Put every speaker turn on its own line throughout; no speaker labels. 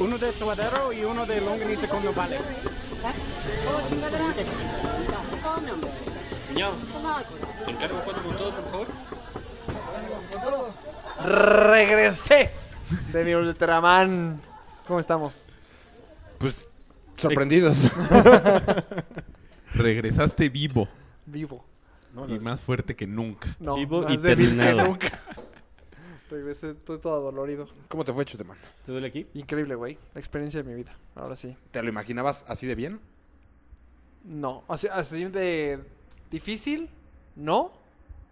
Uno de suadero y uno de longaniza con nopales.
Ya, encargo cuatro con todo, por favor.
Regresé de mi Ultraman. ¿Cómo estamos?
Pues sorprendidos.
Regresaste vivo
Vivo.
y más fuerte que nunca.
No,
Vivo
más
y
débil que
terminado.
nunca. Regresé, estoy todo adolorido.
¿Cómo te fue, Chuteman?
¿Te duele aquí?
Increíble, güey. La experiencia de mi vida. Ahora sí.
¿Te lo imaginabas así de bien?
No. O sea, así de difícil, no.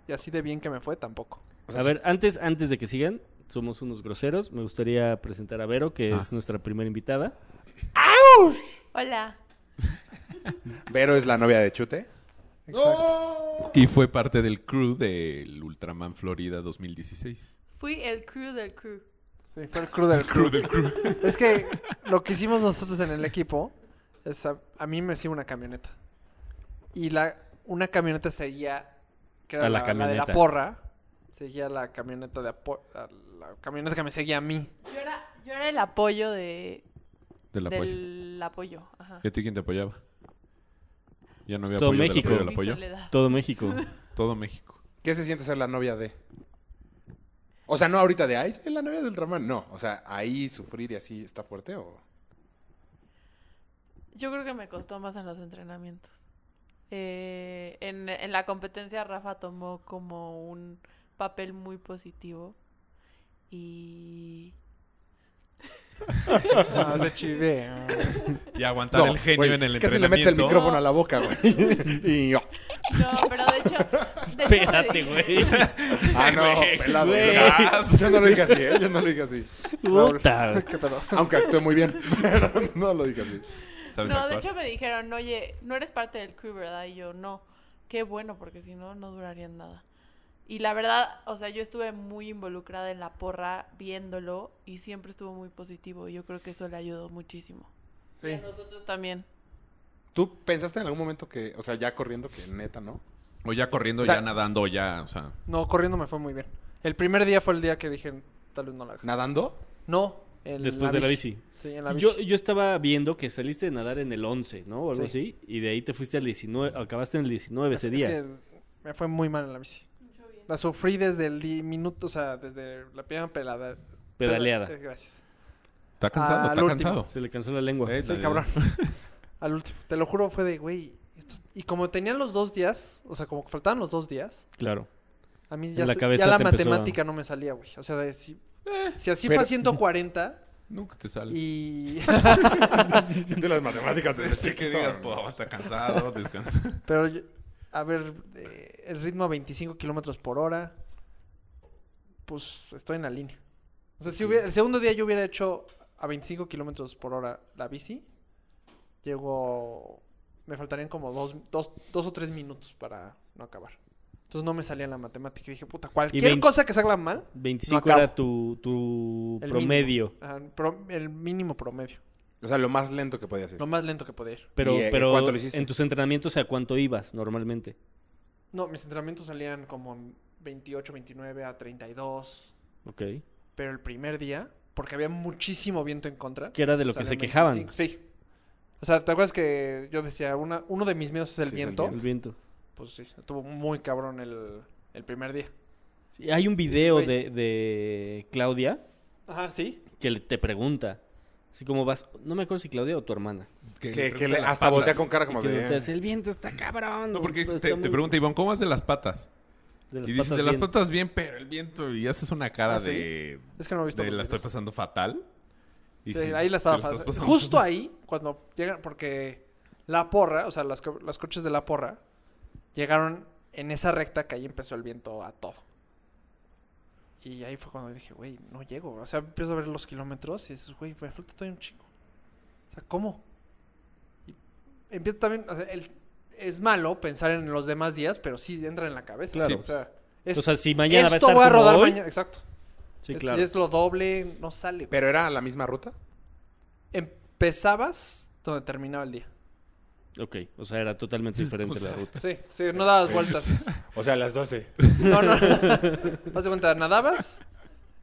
Y así de bien que me fue, tampoco.
O sea,
A ver, antes, antes de que sigan, somos unos groseros. Me gustaría presentar a Vero, que es nuestra primera invitada.
Hola.
Vero es la novia de Chute.
Exacto.
Y fue parte del crew del Ultraman Florida 2016.
Fui el crew del crew.
Sí, fue el crew del crew.
Crew del crew.
Es que lo que hicimos nosotros en el equipo es a, a mí me hacía una camioneta. Y la una camioneta seguía que era
A la
la, la de la
camioneta.
porra, seguía la camioneta de apo- a la camioneta que me seguía a mí.
Yo era, yo era el apoyo de,
Del apoyo.
del apoyo. Ajá.
¿Y a ti quién te apoyaba? Ya no había
Todo
apoyo del
México.
apoyo del
Mi
apoyo.
soledad.
Todo México.
Todo México.
¿Qué se siente ser la novia de? O sea, no ahorita de ahí soy la novia de Ultraman. No, o sea, ahí sufrir y así está fuerte o.
Yo creo que me costó más en los entrenamientos. Eh, en, en la competencia Rafa tomó como un papel muy positivo y
No, Ah, se chive.
Y aguantar el genio
güey,
en el
Casi le metes el
entrenamiento.
micrófono a la boca, güey. y yo.
no, pero de hecho, de hecho,
Espérate,
sí.
güey.
Ah, no, pelado.
güey.
no. Yo no lo dije así, ¿eh? Yo no lo dije así.
Puta.
¿Qué pedo?
Aunque actué muy bien, pero no lo dije así.
¿Sabes
No, de
actuar?
hecho me dijeron, oye, no eres parte del crew, ¿verdad? Y yo, no. Qué bueno, porque si no, no durarían nada. Y la verdad, o sea, yo estuve muy involucrada en la porra viéndolo y siempre estuvo muy positivo. y Yo creo que eso le ayudó muchísimo. Y a
Sí.
nosotros también.
¿Tú pensaste en algún momento que, o sea, ya corriendo, que neta, no?
O ya corriendo,
O sea-
ya nadando, ya, o sea...
No, corriendo me fue muy bien. El primer día fue el día que dije, tal vez no la haga.
¿Nadando?
No, en
Después de la bici.
Sí, en la bici.
Yo, yo estaba viendo que saliste de nadar en el 11, ¿no? O algo
Sí.
así. Y de ahí te fuiste al 19, acabaste en el 19 ese
Es
día.
que me fue muy mal en la bici. La sufrí desde el di- minuto, o sea, desde la primera pelada.
Pedaleada.
Eh, Gracias.
Está cansado,
Al
está
último.
cansado.
Se le cansó la lengua.
Eh,
Sí,
la-
cabrón. Al último. Te lo juro, fue de, güey. estos- Y como tenían los dos días, o sea, como que faltaban los dos días,
Claro.
a mí ya
la
se-
cabeza
ya la
te empezó a-
matemática no me salía, güey. O sea, de si, si así
pero-
fue a 140
Nunca te sale.
y...
Siente las matemáticas de
Sí, que digas, pues, está cansado, descansa.
Pero, yo- a ver, eh, el ritmo a 25 kilómetros por hora, pues estoy en la línea. O sea, si hubiera, el segundo día yo hubiera hecho a 25 kilómetros por hora la bici, llego, me faltarían como dos, dos, dos o tres minutos para no acabar. Entonces no me salía la matemática. Y dije, puta, cualquier
20
cosa que salga mal,
25
No acabo.
era tu, tu
el
promedio.
mínimo. Ajá, ah, pro- el mínimo promedio.
O sea, lo más lento que podías ir.
Lo más lento que podía ir.
Pero,
¿Y, eh,
pero
cuánto lo hiciste?
en tus entrenamientos, ¿a cuánto ibas normalmente?
No, mis entrenamientos salían como 28, 29 a 32.
Ok.
pero el primer día, porque había muchísimo viento en contra.
Que era de lo que
salían
se quejaban.
25, Sí. O sea, ¿te acuerdas que yo decía, una, uno de mis miedos es el,
Sí, es el
viento?
El viento.
Pues sí, estuvo muy cabrón el, el primer día.
Sí, hay un video
Güey.
de, de Claudia
Ajá, sí.
que le- te pregunta. Así como vas, no me acuerdo si Claudia o tu hermana.
Que,
Que, que
pregunte
le-
las
hasta voltea
patas.
con cara como
Y que le
de...
preguntas, el viento está cabrón.
No, porque
Pues está
te,
muy-
te pregunta, Iván, ¿cómo vas de las patas?
De las
y dices,
patas
de las
bien".
patas bien, pero el viento... Y haces una cara
¿Ah, sí?
de...
Es que no he visto.
de
los
la estoy
videos.
pasando fatal. Y
Sí,
sí,
ahí la
se
estaba
estás
pas-
pasando
Justo ahí, cuando llegan, porque la porra, o sea, las, co- los coches de la porra, llegaron en esa recta que ahí empezó el viento a todo. Y ahí fue cuando dije, güey, no llego. O sea, empiezo a ver los kilómetros y dices, güey, me falta todavía un chingo. O sea, ¿cómo? Y empiezo también, o sea, el- es malo pensar en los demás días, pero sí entra en la cabeza.
Claro.
O sea, es-
O sea, si mañana va a
esto
estar
voy
como
rodar
hoy.
mañana. Exacto.
Sí,
Es- y
claro.
es lo doble, no sale. güey
¿Pero era la misma ruta?
empezabas donde terminaba el día.
Ok, o sea, era totalmente diferente la ruta.
Sí, sí, no dabas vueltas.
O sea, a las 12.
No, no. Haz de cuenta, nadabas,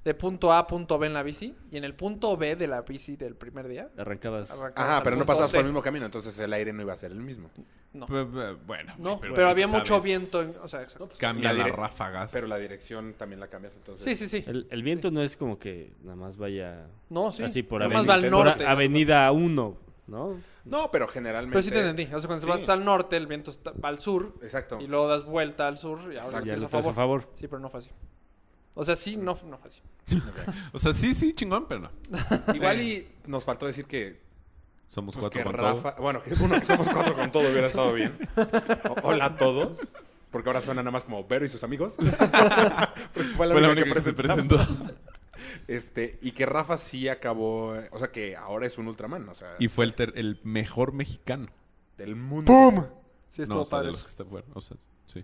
de punto A a punto B en la bici. Y en el punto B de la bici del primer día.
Arrancabas.
arrancabas
Ajá,
al
pero no
punto
pasabas por
C.
el mismo camino, entonces el aire no iba a ser el mismo.
No,
Bu- bu- Bueno, güey,
no, pero,
tú
había
sabes,
mucho viento. en- o sea, exacto.
Cambia
La
las
dire-
ráfagas.
Pero la dirección también la cambias, entonces.
sí, sí, sí.
El, el viento no es como que nada más vaya
No, sí.
así por,
Nada
avenida,
más va al
por
norte.
avenida 1, ¿no?
No, pero generalmente.
Pero sí te entendí. O sea, cuando
Sí.
vas al norte, el viento está- va al sur.
Exacto.
Y luego das vuelta al sur y ahora
Exacto.
Ya
tienes
lo
a
traes
favor.
a favor.
Sí, pero no fue así. O sea, sí, no, no fue así.
O sea, sí, sí, chingón, pero no.
Igual y nos faltó decir que,
Somos
pues,
cuatro
que
con
Rafa. Bueno, que uno que somos cuatro con todo hubiera estado bien. O- hola a todos. Porque ahora suena nada más como Vero y sus amigos. Porque fue
todo.
la
Fue la
única
única
que
que se
presentamos.
presentó.
Este, y que Rafa sí acabó. eh, O sea, que ahora es un Ultraman. O sea,
Y fue el, ter- el mejor mexicano.
del mundo. Oh, ¡Pum!
Sí, estuvo
No, o sea,
padre.
de los que está fuera. O sea, sí.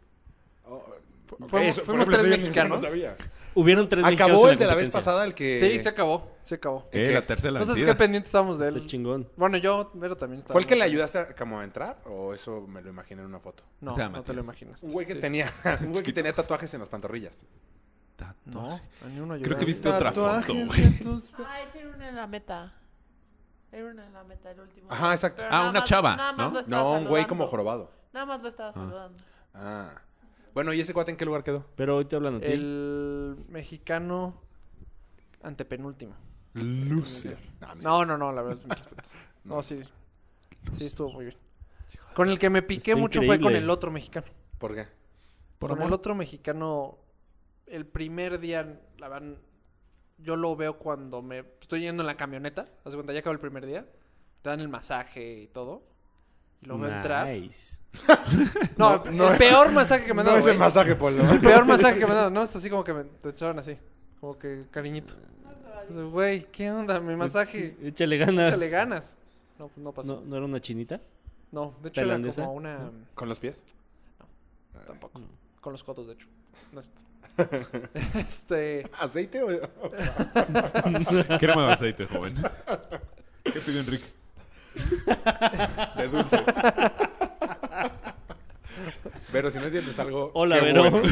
Fuimos- fuimos tres mexicanos.
No sabía.
Hubieron tres mexicanos
Acabó
en
el de la vez
competencia.
pasada, el que.
Sí, se acabó. Se acabó.
Eh,
¿Qué?
la tercera
No sé
vencida.
qué Pues pendiente estábamos de
Está
él.
chingón.
Bueno, yo, pero también estaba.
¿Fue el que le ayudaste a, como a entrar? ¿O eso me lo imaginé en una foto?
No,
O sea,
no te lo
Matías.
imaginas.
Un güey que
Sí.
tenía, un güey que tenía tatuajes en las pantorrillas.
No, a ni uno
Creo
ayudaba.
que viste otra
Tatuajes
foto,
en
güey.
tus-
Ah, ese era uno en la meta. Era uno en la meta, el último.
Ajá, exacto.
Pero
Ah,
nada
una
más-
chava,
nada más
¿no?
lo estaba
No, un güey
saludando.
como jorobado.
Nada más lo estaba saludando.
Ah. Bueno, ¿y ese cuate en qué lugar quedó?
Pero hoy te hablan a ti.
El mexicano antepenúltimo.
Lucio. No, no.
No, no, no, la verdad, mis respetos. No, sí. Sí, estuvo muy bien. Con el que me piqué
Está
mucho fue con
increíble.
el otro mexicano.
¿Por qué?
Por
con
amor.
el otro mexicano, el primer día, la verdad, yo lo veo cuando me estoy yendo en la camioneta. Haz de cuenta, ya acabó el primer día. Te dan el masaje y todo. Y lo veo entrar.
Nice.
No, el- el peor masaje que me han
No
dado.
es el
güey.
masaje, Polo.
El peor masaje que me han dado, ¿no? Es así como que me te echaron así. Como que cariñito. Güey, ¿qué onda? Mi masaje.
Échale ganas.
Échale ganas. No, pues no pasó.
¿No,
No,
¿No era una chinita?
de hecho era
¿Tailandesa?
como una.
¿Con los pies?
Tampoco. Con los codos, de hecho. No es cierto. este.
¿Aceite o...?
Crema de aceite, joven. ¿Qué pidió Enrique?
De dulce. Pero si no entiendes algo...
Hola,
qué
Vero.
bueno.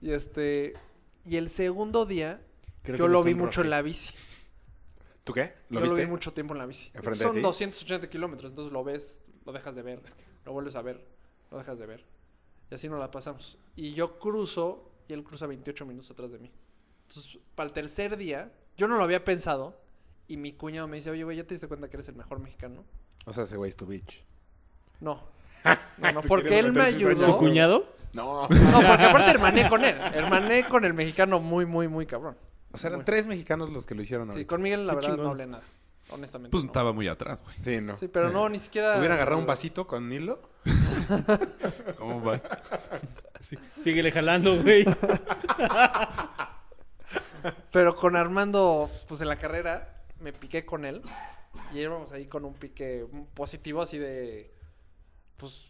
Y este. Y el segundo día,
Creo
yo
que
lo
me
vi
sonroje.
mucho en la bici.
¿Tú qué? ¿Lo
yo
viste?
lo vi mucho tiempo en la bici.
¿Enfrente de
Son
ti?
280 kilómetros, entonces lo ves, lo dejas de ver, lo vuelves a ver, lo dejas de ver. Y así nos la pasamos. Y yo cruzo y él cruza 28 minutos atrás de mí. Entonces, para el tercer día, yo no lo había pensado. Y mi cuñado me dice, oye, güey, ¿ya te diste cuenta que eres el mejor mexicano?
O sea, ese güey es tu bitch.
No. No, no,
Te
porque
quieres
él me
meter cizaña. No.
ayudó.
¿Su cuñado?
No.
No, porque aparte hermané con él. Hermané con el mexicano muy, muy, muy cabrón.
O sea, eran tres mexicanos los que lo hicieron
Sí,
ahorita.
con Miguel la
Qué
verdad
chingón.
no hablé nada. Honestamente.
Pues
no.
estaba muy atrás, güey.
Sí, no.
Sí, pero no, ni siquiera.
Hubieran agarrado un vasito con hilo.
¿Cómo vas?
Sí. Síguele jalando,
Eh,
güey.
Pero con Armando, pues en la carrera, me piqué con él. Y íbamos ahí con un pique positivo, así de. Pues.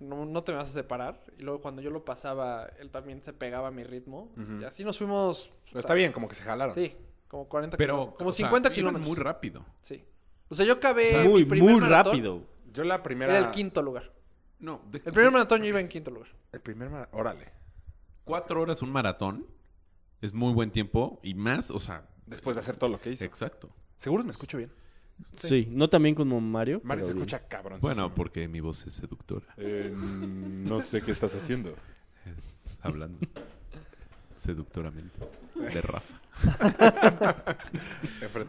No, no te vas a separar. Y luego cuando yo lo pasaba, él también se pegaba a mi ritmo.
Ujú.
Y así nos fuimos.
Pero está bien, como que se jalaron.
Sí, como 40
Pero.
kilómetros. Como
o sea,
50
iban
kilómetros.
Muy rápido.
Sí. O sea, yo acabé. mi
muy,
primer
muy
maratón,
rápido.
Yo la primera...
Era el quinto lugar.
No, de-
El primer maratón yo iba en quinto lugar.
El primer mara- Órale.
Cuatro horas un maratón. Es muy buen tiempo. Y más, o sea.
Después de hacer todo lo que hizo.
Exacto.
Seguro me escucho bien.
Sí. no también como Mario.
Mario
pero
se
bien.
escucha cabrón. Eh,
Bueno, porque mi voz es seductora.
no sé qué estás haciendo.
Es- hablando seductoramente de Rafa.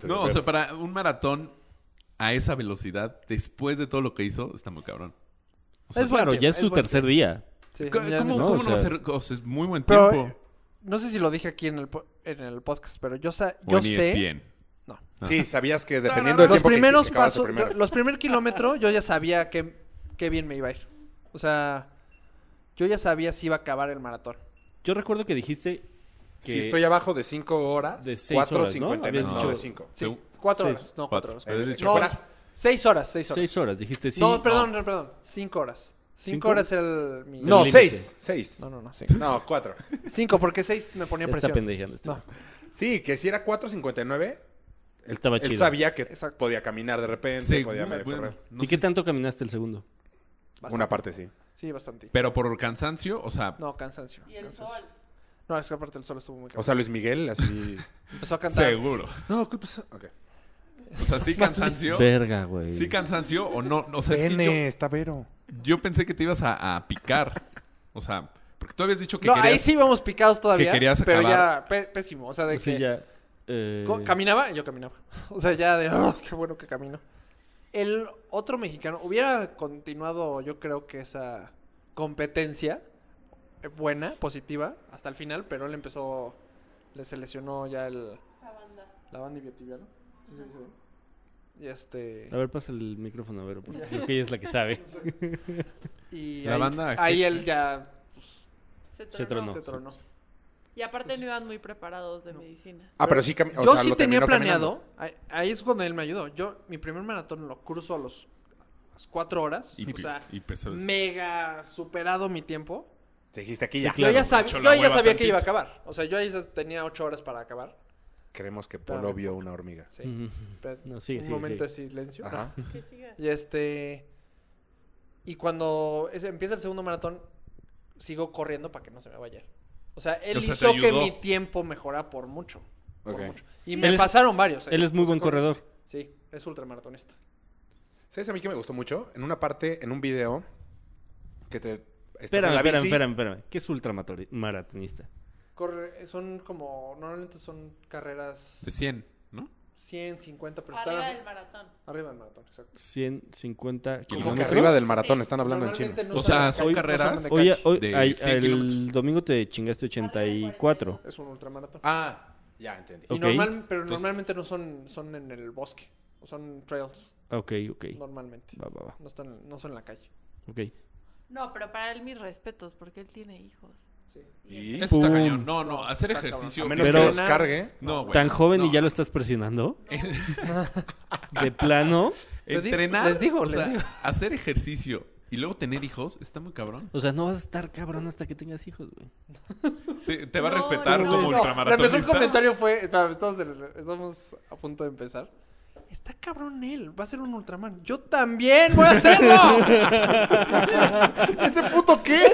No, o sea, para un maratón a esa velocidad, después de todo lo que hizo, está muy cabrón. O sea,
Es buen
Claro,
tiempo,
ya es tu
buen
tercer día.
tiempo. Sí,
¿Cómo,
ya-
no,
cómo no,
o sea-
va a ser? O sea, es muy buen
Pero,
tiempo.
No sé si lo dije aquí en el, po- en el podcast, pero yo, sa-
O
yo
en E
sé.
ESPN.
No.
Ah,
Sí, sabías que dependiendo del
Los
tiempo que
primeros
hici- que acabas
pasos,
de primero.
los primer kilómetro, yo ya sabía que, qué bien me iba a ir. O sea, yo ya sabía si iba a acabar el maratón.
Yo recuerdo que dijiste que...
Si estoy abajo de 5 horas,
De seis
4.59
horas, ¿no? Habías
no,
dicho-
de 5.
Sí,
Segu-
cuatro
seis,
horas. No,
cuatro.
cuatro,
Pero
El
de
horas.
hecho,
No,
chocolate.
seis horas, seis horas.
Seis horas, dijiste sí.
no, perdón, perdón. Cinco horas. Cinco,
¿Cinco?
horas era el... mi-
No,
límite.
6. 6.
No, no, no, sí.
No, 4.
Cinco, porque seis me ponía
Ya está
presión.
pendejando este.
No.
Sí, que si era 4.59,
Estaba
él
chido.
sabía que
Exacto.
podía caminar de repente,
Segu-
podía medio
bueno,
correr.
no
¿Y qué
sé-
tanto caminaste el segundo?
Bastante.
Una parte sí.
Sí, bastante.
Pero por cansancio, o sea,
No, cansancio.
Y el
cansancio.
sol.
No, es que aparte el sol estuvo muy
O
cansado.
sea, Luis Miguel, así.
Empezó a cantar.
Seguro.
no, ¿qué pasa? Ok.
O sea, sí cansancio.
Verga, güey.
Sí cansancio o no. O sea, es
Pene,
que
está Vero.
yo, yo pensé que te ibas a, a picar. O sea, porque tú habías dicho que
no, ahí
querías...
sí íbamos picados todavía.
querías
pero
acabar.
ya pe- pésimo. O sea, de
Sí,
que
ya. eh,
co- caminaba, yo caminaba. O sea, ya de, "Oh, qué bueno que camino. El otro mexicano hubiera continuado, yo creo que esa competencia eh, buena, positiva, hasta el final, pero él empezó, le seleccionó ya el,
La banda.
la banda ibiotibiana. Sí, sí, sí. Y este...
A ver, pasa el micrófono a ver, porque creo que ella es la que sabe.
Y
La
ahí,
banda,
ahí
¿qué?
él ya pues,
Se tronó.
Se tronó.
se tronó.
Y
Pues
aparte no iban muy preparados de medicina.
Ah, pero sí cami- o
yo
sea,
sí
lo
tenía
terminó
planeado. Ahí, ahí es cuando él me ayudó. Yo, mi primer maratón lo cruzo a los a las cuatro horas.
Y,
o sea,
y pesó-
mega superado mi tiempo.
caminando. Dijiste aquí ya.
yo ya,
me
sab-
echó la
yo ahí ya
hueva
sabía que iba a
tantito.
acabar. O sea, yo ahí ya tenía ocho horas para acabar.
Creemos que
Espérame.
Polo vio una hormiga.
Sí.
Ujú.
Espera,
No, sigue,
un
sigue,
momento de silencio.
Ajá.
¿Qué sigue?
Y este. Y cuando es- empieza el segundo maratón, sigo corriendo para que no se me vaya. O sea, él
O sea, te
hizo que
ayudó.
mi tiempo mejorara por mucho. por
Ok.
mucho. Y
Sí.
me
Él es-
pasaron varios. ¿eh?
Él es muy
O sea,
buen
creo que-
corredor.
Sí, es ultramaratonista.
¿Sabes a mí que me gustó mucho? En una parte, en un video, que te... estás en
Espérame,
la bici.
espérame, espérame, espérame. ¿Qué es ultramaratonista?
Corre, son como, normalmente son carreras
De 100, ¿no?
100, 50, pero
Arriba
están
del maratón.
arriba del maratón, exacto.
150
Como
¿Kilómetros?
que
kilómetros.
arriba del maratón, están hablando en chino.
Normalmente no
O sea,
salen-
son
hoy- no
carreras-
salen de
Oye,
calle.
hoy,
De
ay-
100
el
kilómetros.
domingo te chingaste 84.
Es un ultramaratón.
Ah, ya entendí.
Y
ok.
normal, pero
Entonces-
normalmente no son, son en el bosque, o son trails,
Ok, ok.
normalmente.
Va, va, va.
No, están, no son en la calle.
Ok.
No, pero para él mis respetos, porque él tiene hijos.
Sí.
Y...
Eso está
Pum.
cañón. No, no, hacer
Está
ejercicio.
A menos
Pero-
que los cargue.
No, güey.
Tan joven y
No.
ya lo estás presionando. De plano.
Les digo-
Entrenar.
les digo,
o
les
sea,
digo.
hacer ejercicio y luego tener hijos está muy cabrón.
O sea, no vas a estar cabrón hasta que tengas hijos, güey.
Sí, te va a
No,
respetar
no,
como
no.
El mejor
ultramaratonista.
comentario fue, espera, estamos, en el- estamos a punto de empezar. Está cabrón él, va a ser un Ultraman. Yo también voy a hacerlo.
¿Ese puto qué?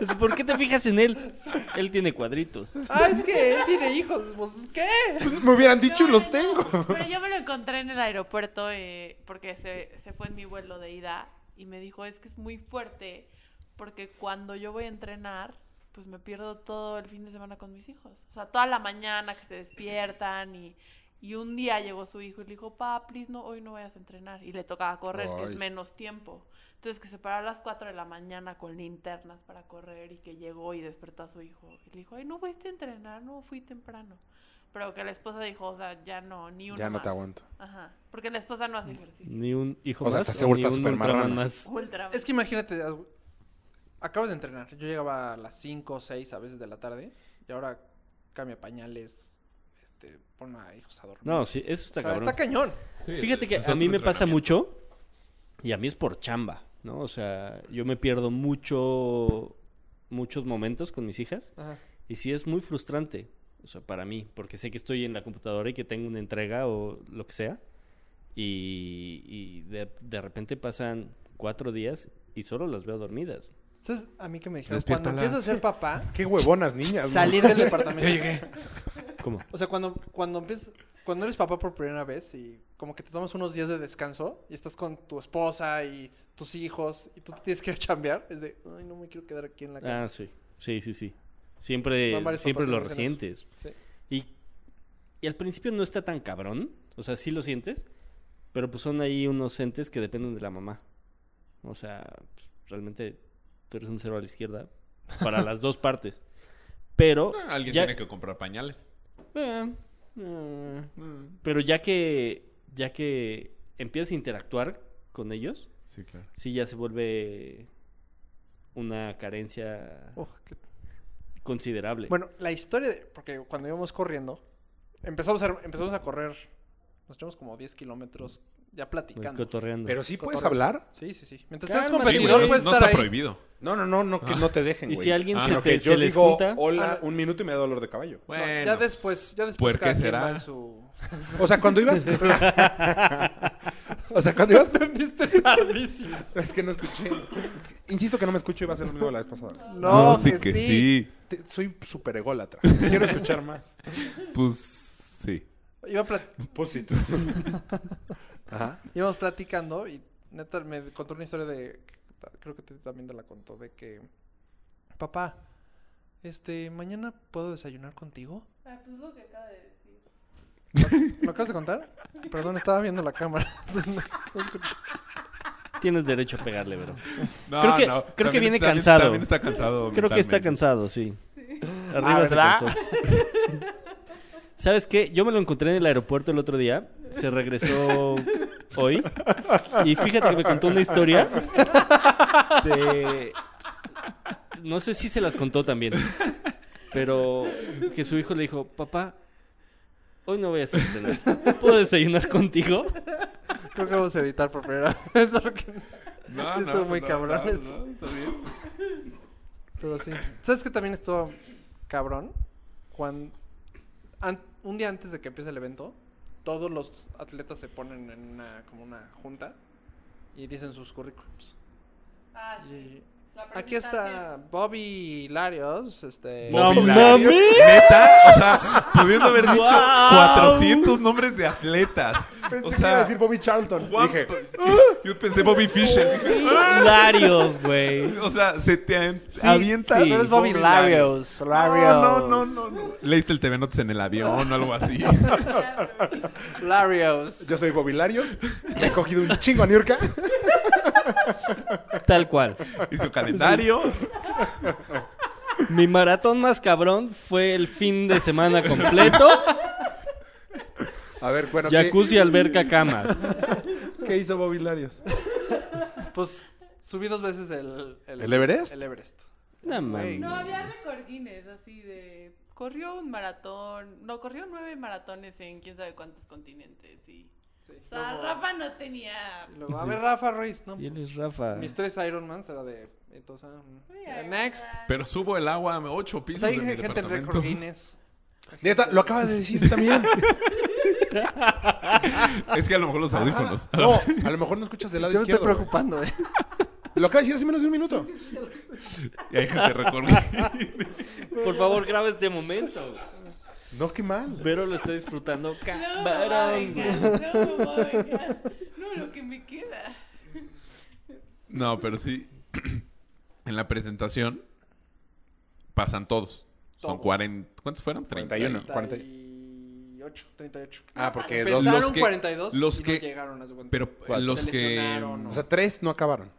Es, ¿Por qué te fijas en él? Él tiene cuadritos.
ah, es que él tiene hijos. Pues, ¿Qué?
Me hubieran dicho y
No,
los
no,
tengo.
no. Pero yo me lo encontré en el aeropuerto eh, porque se, se fue en mi vuelo de ida y me dijo, es que es muy fuerte porque cuando yo voy a entrenar, pues me pierdo todo el fin de semana con mis hijos. O sea, toda la mañana que se despiertan y, y un día llegó su hijo y le dijo, pa, please, no, hoy no vayas a entrenar. Y le tocaba correr, que
Ay.
es menos tiempo. Entonces que se paró a las 4 de la mañana con linternas para correr y que llegó y despertó a su hijo. Y le dijo, ay, no fuiste a entrenar, no, fui temprano. Pero que la esposa dijo, o sea, ya no, ni uno
Ya no
más.
te aguanto.
Ajá, porque la esposa no hace ejercicio.
Ni un hijo
O sea,
más.
hasta seguro
ni
está
un
súper
Ultraman
marrano.
más.
Ultra.
Es que imagínate, acabas de entrenar. Yo llegaba a las 5 o 6 a veces de la tarde y ahora cambia pañales, este, pone a hijos a dormir.
No, sí, eso
O sea,
está cabrón.
está cañón.
Fíjate que
Eso es
a mí
otro
me pasa
entrenamiento.
mucho y a mí es por chamba, ¿no? O sea, yo me pierdo mucho, muchos momentos con mis hijas
Ajá.
y sí es muy frustrante, o sea, para mí, porque sé que estoy en la computadora y que tengo una entrega o lo que sea y, y de, de repente pasan cuatro días y solo las veo dormidas.
¿Sabes a mí que me dijeron? Cuando
Despiértalas.
empiezas a ser papá,
Qué huevonas, niñas. ¿no?
salir del departamento.
¿Cómo?
O sea, cuando, cuando empiezas, cuando eres papá por primera vez y como que te tomas unos días de descanso y estás con tu esposa y tus hijos y tú te tienes que ir a chambear, es de, ay, no me quiero quedar aquí en la casa.
Ah, sí, sí, sí, sí.
Van
Siempre,
varios
siempre
papás que me
lo
dicen eso.
resientes.
Sí.
Y, y al principio no está tan cabrón, o sea, sí lo sientes, pero pues son ahí unos entes que dependen de la mamá. O sea, pues, realmente tú eres un cero a la izquierda para las dos partes. Pero
Ah, Alguien
ya,
tiene que comprar pañales.
eh, eh, pero ya que ya que empiezas a interactuar con ellos,
Sí, claro.
sí ya se vuelve una carencia
Uf, qué
considerable.
Bueno, la historia de... Porque cuando íbamos corriendo, empezamos a, empezamos a correr. Nos echamos como 10 kilómetros ya platicando.
cotorreando.
Pero sí puedes hablar.
Sí, sí, sí. Mientras
Cálmate,
seas
Sí,
competidor,
güey, no
puedes
está
estar ahí.
prohibido.
No, no, no, no que no te dejen,
y
güey.
si alguien
Ah,
se,
lo
te-
Que yo
se les
digo
junta,
hola
Ah,
un minuto y me da dolor de caballo.
No,
Bueno. pues,
ya después, ya después
¿por
cada
qué
quien va
será?
en su...
O sea, cuando ibas... o sea, cuando ibas...
Perdiste tardísimo.
Es que no escuché. Es que- insisto que no me escucho, iba a ser lo mismo la vez pasada.
No,
sí
que,
que
sí.
sí.
te- soy súper ególatra. Quiero escuchar más.
Pues sí.
Iba plat-
Pues
Pósito. Ajá.
íbamos platicando y neta me contó una historia de. Creo que te- también te la contó, de que. Papá, este, mañana puedo desayunar contigo.
Ah, pues lo que acaba de decir.
¿Lo acabas de contar? Perdón, estaba viendo la cámara. Entonces, no- no escuché.
Tienes derecho a pegarle, bro.
No,
Creo que-
no,
creo que
también-
viene
también-
cansado.
También está cansado.
Creo que está
mentalmente.
cansado, sí. Arriba
Ah,
se
¿verdad?
cansó. ¿Sabes qué? Yo me lo encontré en el aeropuerto el otro día. Se regresó hoy. Y fíjate que me contó una historia de... No sé si se las contó también. Pero que su hijo le dijo, papá, hoy no voy a hacer cenar. ¿Puedo desayunar contigo?
Creo que vamos a editar por primera vez. porque-
No,
Sí,
no,
estuvo muy
no,
cabrón
no,
esto.
no, está bien.
Pero sí. ¿Sabes que también estuvo cabrón? Cuando, un día antes de que empiece el evento, todos los atletas se ponen en una, como una junta y dicen sus currículums.
Ah, sí.
Y-
La
aquí está
presentación.
Bobby Larios. Este,
¡No
Bobby
mames!
Lario. Neta, o sea, pudiendo haber dicho
¡Guau!
400 nombres de atletas.
Pensé
O
que iba a
sea,
decir Bobby Charlton.
Juan- pues.
Dije,
yo pensé Bobby Fischer. dije, "Ah".
Hilarios, güey.
O sea, se te an- avienta.
sí.
Pero es Bobby, Larios. Larios.
No, no, no, no. Leíste el TV Notes en el avión o algo así.
Larios.
yo soy Bobby Larios. Me he cogido un chingo a Niurka.
Tal cual.
Hizo calendario.
Mi maratón más cabrón fue el fin de semana completo.
A ver, bueno, ¿qué,
Jacuzzi, alberca, cama.
qué hizo Bobby Larios?
Pues subí dos veces el...
¿El Everest?
El Everest.
No mames.
No, había récord Guinness, así de... Corrió un maratón... No, corrió nueve maratones en quién sabe cuántos continentes y... O sea,
Luego-
Rafa no tenía...
y luego, a
Sí.
ver, Rafa Ruiz. No,
Y él
pues,
es Rafa.
mis tres Ironmans era de... Entonces, ah, mm.
Voy
Ya,
a
next.
ganar.
Pero subo el agua a ocho
Pues
pisos
hay
de mi
gente en
departamento.
récord Guinness.
Neta, lo acabas de decir también.
Es que a lo mejor los audífonos.
No, a lo mejor no escuchas del lado
Yo me estoy
izquierdo. güey.
preocupando, eh.
Lo acabas de decir hace menos de un minuto.
Y hay gente en récord Guinness.
Por favor, graba este momento.
No, qué mal.
Vero lo está disfrutando.
No, mamá,
Cabrón.
venga, no, mamá, venga. No, lo que me queda.
No, pero sí. en la presentación pasan todos. Son
Todos.
40. ¿Cuántos fueron?
41.
48, 38.
Ah, porque dos.
Empezaron
los que-
42
los
y
que-
no llegaron a su cuenta.
Pero eh,
¿Cuál?
los
Se
que.
lesionaron,
O sea, tres no acabaron.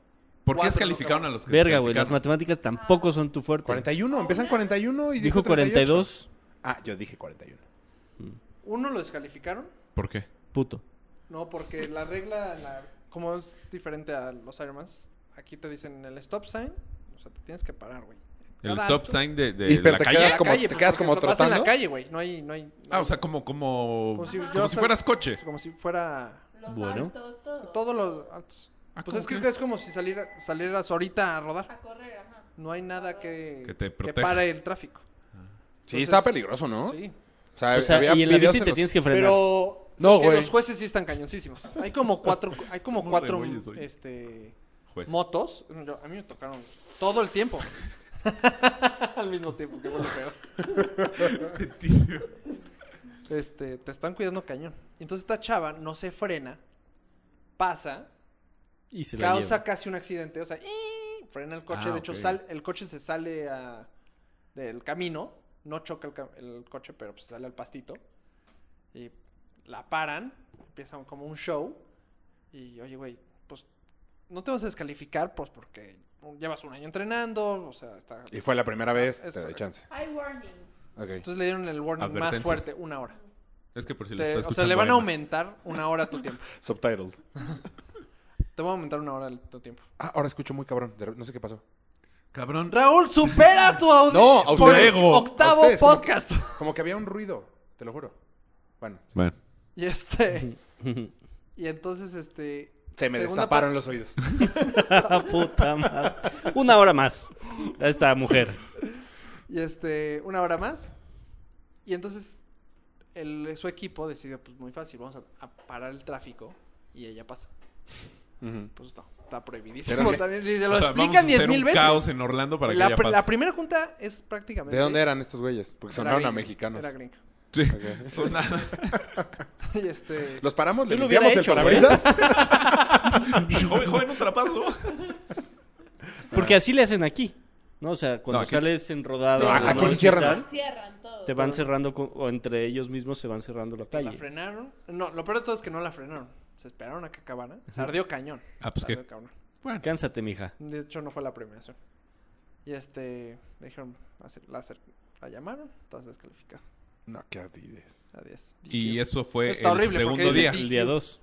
¿Por qué
Cuatro,
descalificaron
¿no?
a los que
Verga, güey. Las
descalificaron?
matemáticas tampoco son tu fuerte.
41, empiezan 41 y
Dijo
38.
42.
Ah, yo dije 41.
Uno lo descalificaron,
¿Por qué?
Puto.
no, porque la regla, la- como es diferente a los Ironmans, aquí te dicen el stop sign, o sea, te tienes que parar, güey.
El
Cada
stop
alto-
sign de, de
Y, pero
la
te
calle.
quedas
La
como- te
pues,
quedas
porque
como
lo vas en
trotando.
la calle, güey, no hay, no hay...
Ah, o sea, como. Como,
Como si
como
yo
si
sal-
fueras coche.
como si fuera...
Los
Bueno.
altos, todo.
Todos los altos.
Ah,
Pues
¿cómo
es que
crees?
es como si saliera, salieras ahorita a rodar.
A correr, ajá.
No hay nada que,
Que te proteja.
pare el tráfico.
Sí,
Entonces-
estaba peligroso, ¿no?
Sí.
O sea,
O sea,
había
y en la
videos
bici
en
te
los-
tienes que frenar.
Pero
No,
es que
güey.
los jueces sí están cañoncísimos. Hay como cuatro, hay como
Estamos
cuatro
rebueyes hoy.
este,
Juez.
motos. Yo- a mí me tocaron todo el tiempo. Al mismo tiempo, que fue lo peor. Este, te están cuidando cañón. Y Entonces esta chava no se frena, pasa,
Y se la
causa
lleva.
casi un accidente, o sea, ¡ih! frena el coche,
Ah,
de hecho
ok.
sal- el coche se sale a- del camino, no choca el, ca- el coche, pero pues sale al pastito y la paran, empiezan como un show y oye, güey, pues no te vas a descalificar pues porque llevas un año entrenando, o sea, está...
Y fue la primera vez,
Ah, es
te doy
correcto.
chance.
Hay warnings.
Ok.
Entonces le dieron el warning más
Advertencias.
fuerte, una hora.
Es que por si
Te-
lo está
o
escuchando.
sea, le van a
Emma.
aumentar una hora tu tiempo.
Subtitled.
Te van a aumentar una hora tu tiempo.
Ah, ahora escucho muy cabrón. de re- No sé qué pasó.
Cabrón.
Raúl, supera tu audio.
No, a
por
ustedes.
octavo
A ustedes, como-
podcast.
Como que había un ruido, te lo juro. Bueno,
Bueno.
Y este. Y entonces, este.
se me
segunda
destaparon
pa-
los oídos.
Puta madre. Una hora más. A esta mujer.
Y este, una hora más. Y entonces, el, su equipo decidió, pues muy fácil, vamos a, a parar el tráfico. Y ella pasa.
Ujú.
Pues no, está prohibidísimo.
Pero-
también, si se lo
O sea, vamos a
explican
hacer
10 mil
un
veces.
caos en Orlando para que
la,
haya
pr-
paz.
la primera junta es prácticamente.
¿De dónde eran estos güeyes? Porque
Era
sonaron a
gringo,
mexicanos.
Era gringo.
Sí.
Ok.
Son nada.
Y este.
¿Los paramos? ¿Le
Yo lo hubiera
limpiamos el
hecho, ¿eh? güey.
parabrisas?
joven, joven, un trapazo.
Porque así le hacen aquí. ¿No? O sea, cuando
No, aquí-
sales en rodadas.
No,
de
aquí
noche
sí
y
cierran
tal,
Cierran todo.
Te van cerrando, con- o entre ellos mismos se van cerrando la
La
calle.
frenaron. No, lo peor de todo es que no la frenaron. Se esperaron a que acabara. Se ardió cañón.
Ah, pues
Se ardió
qué.
cabrón.
Bueno,
Cánsate, mija.
De hecho, no fue la premiación. Y este. Le dijeron. hacer- La, hacer- la llamaron. Estás descalificado.
No, qué ardides.
Adiós.
y eso fue
Está
el
horrible,
segundo
porque
día.
dice
El día 2.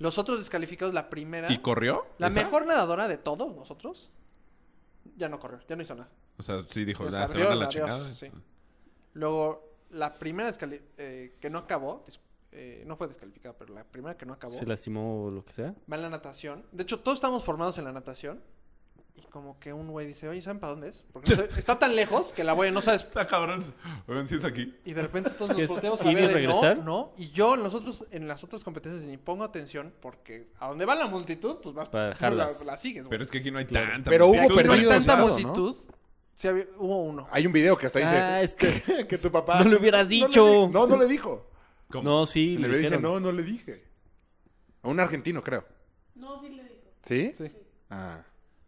Los otros descalificados, la primera.
¿Y corrió?
La
¿Esa?
mejor nadadora de todos nosotros. Ya no corrió. Ya no hizo nada.
O sea, sí dijo,
Pues
ya, se
abrió,
van a la
adiós,
chingada. pues.
sí. Luego, la primera descali- eh, que no acabó, dis- eh, no fue descalificada, pero la primera que no acabó,
Se lastimó o lo que sea.
va en la natación. De hecho, todos estamos formados en la natación. Y como que un güey dice, oye, ¿saben para dónde es? Porque no sé- está tan lejos que la güey no sabes.
Está cabrón. Oigan, si es aquí.
Y de repente todos
¿Qué
nos
es,
volteamos a
ir y
ver de,
regresar?
no, no. Y yo en, los otros- en las otras competencias ni pongo atención porque a donde va la multitud, pues vas
Para
tú
dejarlas.
La, la sigues, güey.
Pero es que aquí no hay
Claro.
tanta.
Pero hubo
multitud,
Pero hay
perdidos,
tanta
¿no?
multitud. sí había- hubo uno.
Hay un video que hasta dice
Ah, este.
que tu papá...
No le hubiera
le
dicho.
di- No, no le dijo.
¿Cómo?
No, sí,
Le
le,
dice,
dijeron.
no, no le dije. A un argentino, creo.
No, sí le digo.
¿Sí?
Sí.
Ah.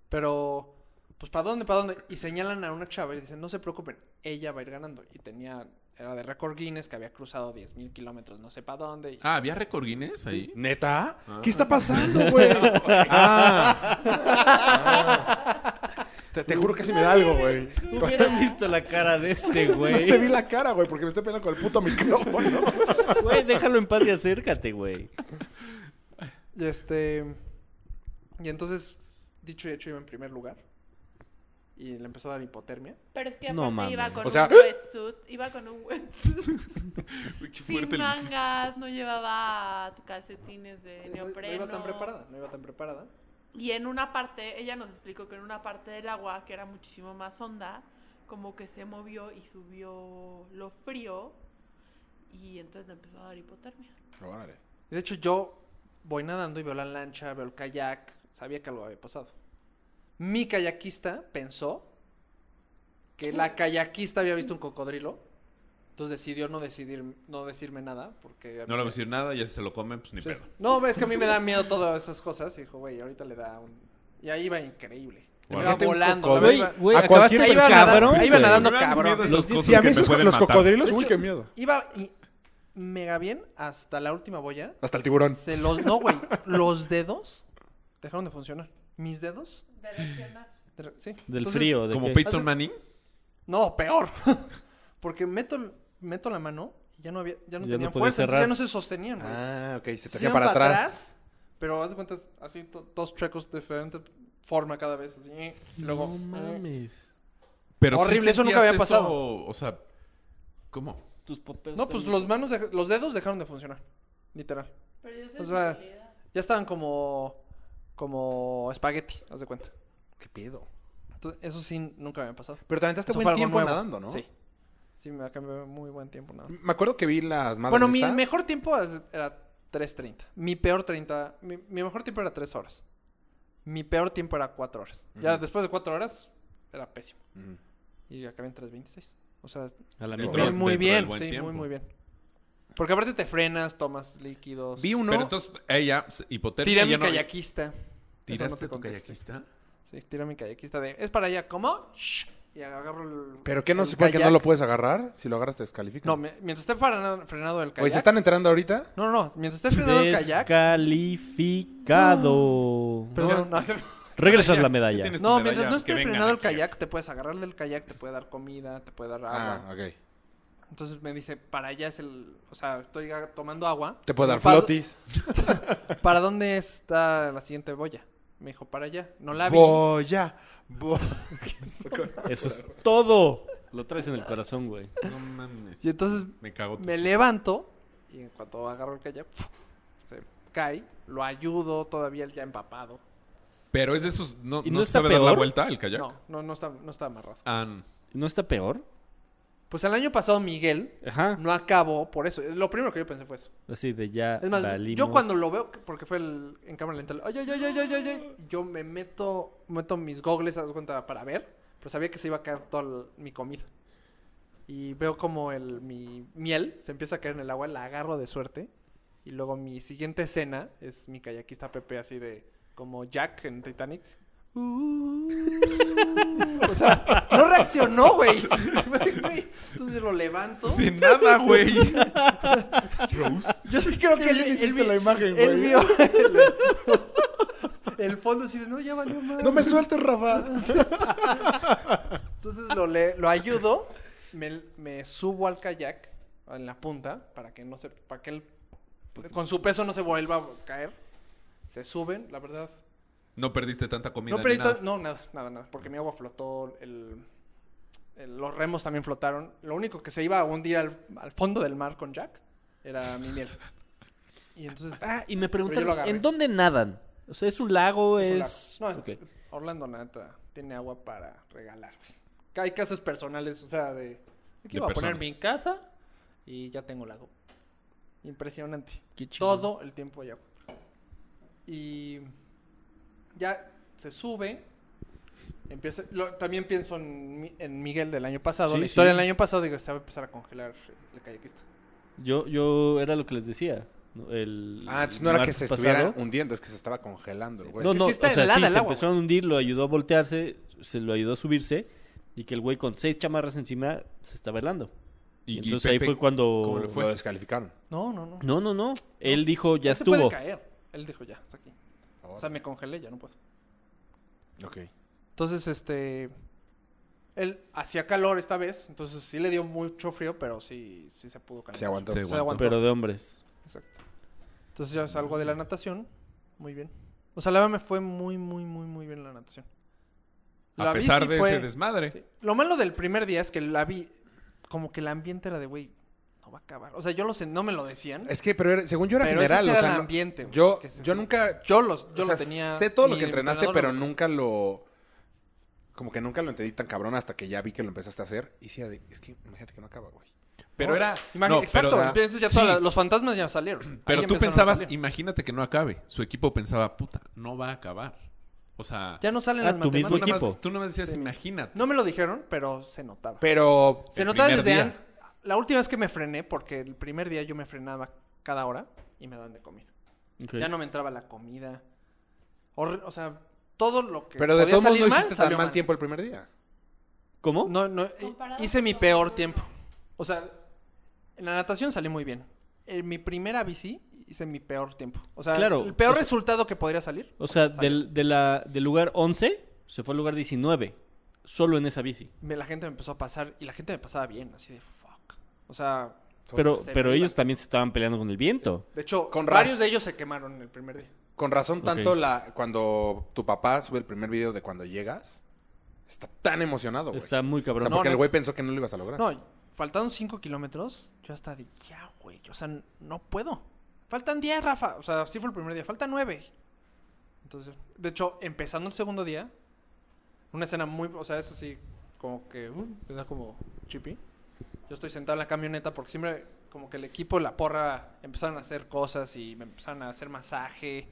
Pero, pues, ¿para dónde? ¿Para dónde? Y señalan a una chava y dicen, no se preocupen, ella va a ir ganando. Y tenía, era de récord Guinness que había cruzado 10.000 kilómetros, no sé para dónde. Y-
Ah, ¿había récord Guinness ahí?
¿Neta? ¿Qué está pasando, güey? ah. Ah. Te, te juro que sí me da algo, güey.
Hubieran visto la cara de este,
No te vi
güey.
la cara, güey, porque me estoy peleando con el puto micrófono.
Güey, déjalo en paz y acércate, güey.
Y este. Y entonces, dicho y hecho, iba en primer lugar. Y le empezó a dar hipotermia.
Pero es que
No
aparte iba
mames.
con
O sea-
un wetsuit, iba con un wetsuit
Uy, qué
sin
fuerte le hiciste.
mangas, no llevaba calcetines de
no, no
Eh, neopreno.
iba tan preparada, no iba tan preparada.
Y en una parte, ella nos explicó que en una parte del agua, que era muchísimo más honda, como que se movió y subió lo frío y entonces le empezó a dar hipotermia.
Órale.
Y de hecho, yo voy nadando y veo la lancha, veo el kayak. Sabía que algo había pasado. Mi kayakista pensó que la kayakista había visto un cocodrilo. Entonces decidió no, decidir, no decirme nada. Porque
No le voy a decir nada, ya si se lo comen, pues ni
Sí.
pedo.
No, es que a mí me da miedo todas esas cosas. Y dijo, güey, ahorita le da un. Y ahí iba increíble.
Wow.
Iba
Imagínate un
volando. la
cocodrilo.
verdad, iba-
Güey,
A
acabaste
cualquier
ahí
el
iba nadando,
cabrón.
ahí iba
güey.
nadando
Me dan
cabrón.
miedo esas
Los,
cosas
si a mí
que me
esos-
pueden
los
matar.
cocodrilos,
De
uy,
hecho-
qué miedo.
Iba y- mega bien hasta la última boya.
Hasta el tiburón.
Se los. No, güey. Los dedos dejaron de funcionar. Mis dedos.
De reaccionar.
de re- sí.
Del
Entonces,
frío, de
Como
qué?
Peyton Manning.
No, peor. Porque meto, meto la mano y ya no había, ya no
Ya no
tenían
podía
fuerza. entonces
cerrar.
Ya no se sostenían, güey.
Ah, ok, se
Se
te hacía
iban
para atrás.
Pero haz de cuenta, así to- dos checos de diferente forma cada vez. así, eh, y Luego.
No mames.
Pero sí
Horrible, eso nunca
sentías
había
eso,
pasado.
o sea, ¿cómo?
Tus papeles.
No, pues
también.
los manos, dej- los dedos dejaron de funcionar. Literal.
Perdió
O sea,
sensibilidad.
Ya estaban como. Como espagueti, haz de cuenta.
Qué pedo.
Entonces, eso sí, nunca me había pasado.
Pero también te
Eso
buen
fue algo
tiempo
nuevo.
nadando, ¿no?
Sí. Sí, me ha cambiado muy buen tiempo nadando.
Me acuerdo que vi las madres
Bueno, mi
estas.
mejor tiempo es- era 3.30. Mi peor 30... Mi, mi mejor tiempo era 3 horas. Mi peor tiempo era 4 horas. Ya
Ujú.
después de 4 horas era pésimo.
Ujú.
Y acabé en 3.26. O sea,
A la
Dentro
mitad.
de-
muy, muy
del
bien.
buen
Sí,
tiempo.
muy, muy bien. Porque aparte te frenas, tomas líquidos.
Vi uno.
Pero entonces, ella, se- hipotermia.
Tiré a mi
ya no-
kayakista. Eso
¿Tiraste
no te
tu
conté,
kayakista?
Sí, tiré a mi kayakista de... Es para allá, ¿cómo? Shh, Y agarro el
¿Pero qué no
el
se supone que no
kayak.
lo puedes agarrar? Si lo agarras te descalifican.
No, mi- mientras esté frenado, frenado el kayak...
Oye, ¿se están enterando ahorita?
No, no, no. Mientras esté frenado el kayak...
Descalificado.
Perdón, no.
Regresas
Ya,
la
ya
medalla.
tienes tu
No,
este medalla,
mientras no
que
esté
vengan
frenado el
aquí.
kayak, te puedes agarrar del kayak, te puede dar comida, te puede dar agua.
Ah, ok.
Entonces me dice, para allá es el... O sea, estoy a- tomando agua.
Te puedo dar
¿Para-
flotis.
¿Para dónde está la siguiente boya? Me dijo, para allá. No la vi.
Boya. Bo-
Eso es todo. Lo traes en el corazón, güey.
No mames.
Y entonces
Me cago. tu
me
chiste.
levanto y en cuanto agarro el kayak, se cae. Lo ayudo, todavía él ya empapado.
Pero es de esos. ¿No,
¿Y
no
no está
sabe dar la
peor?
vuelta el kayak?
No, no, no está, no está amarrado.
Ah, no.
¿No está peor?
Pues el año pasado Miguel
Ajá.
no acabó por eso. Lo primero que yo pensé fue eso.
Así de ya
Es más,
valimos.
yo cuando lo veo, porque fue el- en cámara lenta, ay, ay, ay, ay, ay, ay, ay, yo me meto, meto mis gogles, haz cuenta, para ver, pero sabía que se iba a caer toda el- mi comida. Y veo como el, mi miel se empieza a caer en el agua, la agarro de suerte. Y luego mi siguiente escena es mi kayakista Pepe así de, como Jack en Titanic. Uh, o sea, no reaccionó, güey. Entonces lo levanto.
Sin nada, güey.
Yo sí creo
Qué
que él,
bien
él
hiciste
vi-
la imagen,
él
güey.
vio el, el fondo así de, no, ya valió más.
No me sueltes, Rafa.
Entonces lo, le- lo ayudo, me, me subo al kayak en la punta para que no se, para que él, con su peso no se vuelva a caer. Se suben, la verdad.
No perdiste tanta comida.
No
ni
perdí,
nada.
to- no, nada, nada, nada, porque mi agua flotó, el- el- los remos también flotaron. Lo único que se iba a hundir al, al fondo del mar con Jack era mi miel. Y entonces...
Ah, y me
Pero yo lo
preguntaron,
agarré.
¿en dónde nadan? O sea, ¿es un lago?
Es
¿Es...?
un lago. No,
Pues, Ok.
es- Orlando Nata tiene agua para regalar. güey. Hay casas personales, o sea, de... Aquí
De
voy a poner
personas.
mi casa y ya tengo lago. Impresionante.
Qué chingón.
Todo el tiempo hay agua. Y ya se sube. Empieza, lo- también pienso en, Mi- en Miguel del año pasado.
Sí,
la historia
sí.
del año pasado, digo, se va a empezar a congelar el kayakista.
Yo, yo era lo que les decía. ¿no? El
Ah, entonces no era que
martes
se estuviera
pasado.
hundiendo, es que se estaba congelando,
Sí.
güey.
No,
Es que
no,
sí está
o sea,
helada
sí,
el
se
agua,
empezó a hundir, lo ayudó a voltearse, se lo ayudó a subirse y que el güey con seis chamarras encima se estaba helando. Y, entonces ahí
Pepe,
fue cuando...
¿cómo le fue?
Lo descalificaron.
No, no, no.
No, no, no. Él dijo, ya
Él Se
estuvo.
puede caer. Él dijo, ya, hasta aquí. O sea, me congelé, ya no puedo.
Ok.
Entonces, este. Él hacía calor esta vez, entonces sí le dio mucho frío, pero sí, sí se pudo calentar.
Se aguantó.
Se
Se aguantó.
Pero de hombres.
Exacto. Entonces ya salgo de la natación. Muy bien. O sea, la verdad me fue muy, muy, muy, muy bien la natación.
A
La
pesar
bici
de
fue-
ese desmadre.
Sí. Lo malo del primer día es que la vi. Como que el ambiente era de, güey, no va a acabar. O sea, yo lo sé, no me lo decían.
Es que, pero era- según yo era
Pero ese
general,
sí
o
era
sea,
el
no-
ambiente, güey,
yo,
que se-
yo nunca,
Yo, los, yo
o
lo
sea,
tenía.
sé todo lo
mi
que entrenaste, pero
entrenador lo-
nunca lo, como que nunca lo entendí tan cabrón hasta que ya vi que lo empezaste a hacer y sí, de- es que imagínate que no acaba, güey.
Pero era.
Imagi-
no,
Exacto,
pero,
entonces ya
sí,
todas las- los fantasmas ya salieron.
pero
Ahí
tú
empezaron a
pensabas,
salir.
imagínate que no acabe. Su equipo pensaba, puta, no va a acabar. O sea,
Ya no salen
Ah,
las
tu mismo
tú,
matemáticas.
nomás,
equipo.
tú nomás decías, imagínate.
No me lo dijeron, pero se notaba.
Pero
se
el
notaba
primer
desde
día.
antes. La última vez que me frené, porque el primer día yo me frenaba cada hora y me daban de comida.
Ok.
Ya no me entraba la comida. Horri- O, sea, todo lo que.
pero de
podía
todos modos
salir
no
mal,
hiciste tan
salió
mal tiempo el primer día.
¿Cómo?
No, no,
Comparado
hice
con
mi
lo
peor
que-
tiempo. O sea, en la natación salí muy bien. En mi primera bici hice mi peor tiempo. O sea,
Claro,
el peor
o sea-
resultado que podría salir.
O sea, del, de la, del lugar 11 se fue al lugar 19. Solo en esa bici.
me- la gente me empezó a pasar y la gente me pasaba bien, así de fuck. O sea,
Pero,
se
pero
iba.
ellos también se estaban peleando con el viento.
de hecho,
Con
varios
Raj.
de ellos se quemaron el primer día.
Con razón tanto
Ok.
la cuando tu papá sube el primer video de cuando llegas, está tan emocionado, güey.
Está muy
o
cabrón.
sea,
No,
porque el
neta.
güey pensó que no lo ibas a lograr.
No, faltaron 5 kilómetros, yo hasta de ya, güey, o sea, n- no puedo. Faltan 10, Rafa, o sea, sí fue el primer día, faltan 9. Entonces, de hecho, empezando el segundo día, una escena muy, o sea, eso sí, como que, uh, me da como chippy. Yo estoy sentado en la camioneta porque siempre, como que el equipo, la porra, empezaron a hacer cosas y me empezaron a hacer masaje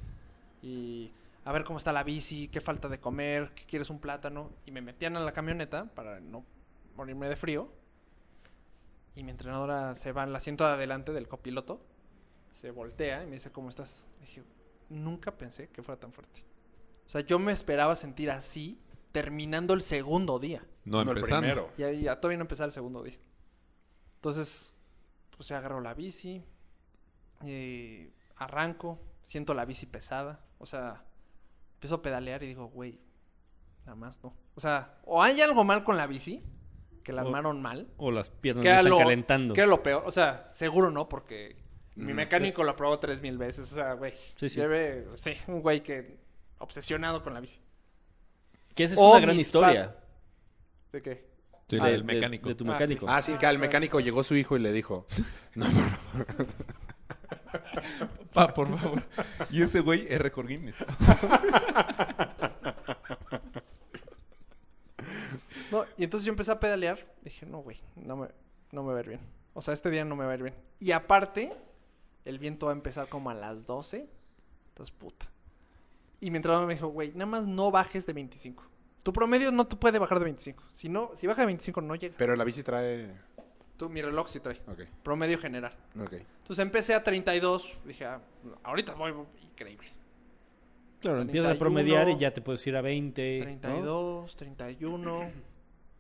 y a ver cómo está la bici, qué falta de comer, qué quieres un plátano. Y me metían a la camioneta para no morirme de frío. Y mi entrenadora se va al asiento de adelante del copiloto, se voltea y me dice, ¿cómo estás? Le dije, nunca pensé que fuera tan fuerte. O sea, yo me esperaba sentir así terminando el segundo día.
No,
No, el
empezando.
primero.
Y ahí ya todavía no empezaba el segundo día. Entonces, pues ya agarro la bici, eh, arranco, siento la bici pesada, o sea, empiezo a pedalear y digo, güey, nada más no. O sea, o hay algo mal con la bici, que la
O-
armaron mal,
O las piernas
que
no
era
están
lo,
calentando.
que era lo peor, o sea, seguro no, porque mi
Mm.
mecánico lo probó tres mil veces, o sea, güey,
eh. Sí, sí.
lleve- sí, un güey que obsesionado con la bici.
Que esa es
O
una gran
mis
historia.
¿De qué?
Sí,
de-
del
de-
mecánico.
De, tu
Ah, sí.
mecánico.
Ah, sí, que al mecánico llegó su hijo y le dijo,
Pa, por favor. Y ese güey es récord Guinness.
No, y entonces yo empecé a pedalear. Dije, no, güey, no me... no me va a ir bien. O sea, este día no me va a ir bien. Y aparte, el viento va a empezar como a las 12. Entonces, puta. Y mi entrenador me dijo, güey, nada más no bajes de 25. Tu promedio no te puede bajar de 25. Si no, si baja de 25 no llegas.
Pero la bici trae...
Tú, mi reloj sí trae.
Ok,
Promedio general.
ok.
Entonces empecé a 32. Dije, ah, ahorita voy increíble.
Claro,
31,
empiezas a promediar y ya te puedes ir a 20. ¿no?
32, 31.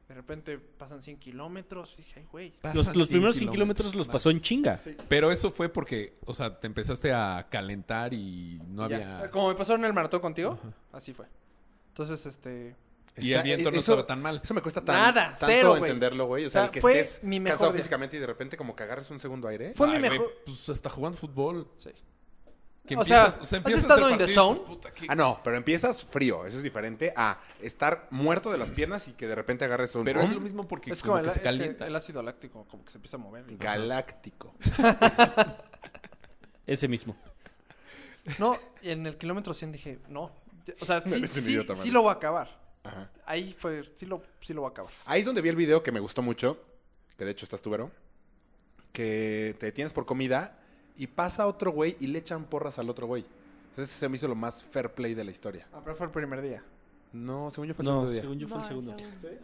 De repente pasan 100 kilómetros. Dije, ay, güey.
Los, los primeros 100 kilómetros los pasó en chinga.
Pero eso fue porque, o sea, te empezaste a calentar y no
Y ya.
había...
Como me pasó en el maratón contigo, así fue. Entonces, este.
Y el viento no
e, eso-
estaba tan mal.
Eso me cuesta tan,
Nada,
tanto
cero, güey.
entenderlo, güey. O
O
sea,
sea,
el que
fue
estés
mi mejor
cansado
día.
físicamente y de repente como que agarres un segundo aire.
Fue mi
Ay, güey,
mejor-
pues hasta jugando fútbol.
Sí.
Que
O sea,
empiezas-
¿has
empiezas
estado
el
en
partido
The
y dices,
Zone?
"Puta, ¿qué
Ah, no, pero empiezas frío. Eso es diferente a estar muerto de las piernas y que de repente agarres un...
Pero es
¡um!
lo mismo porque
Es
como,
como el,
que se
es que
calienta.
el ácido láctico, como que se empieza a mover.
Galáctico.
Ese mismo.
No, y en el kilómetro 100 dije, no. O sea, sí,
Eres un
sí,
idiota,
sí
mano.
lo voy a acabar.
Ajá.
Ahí fue, sí lo, sí lo voy a acabar.
Ahí es donde vi el video que me gustó mucho, que de hecho estás tú, Vero, que te detienes por comida y pasa otro güey y le echan porras al otro güey. Entonces se me hizo lo más fair play de la historia.
Ah, pero fue el primer día.
No, según yo fue el
No,
segundo día.
según yo fue el
No,
segundo.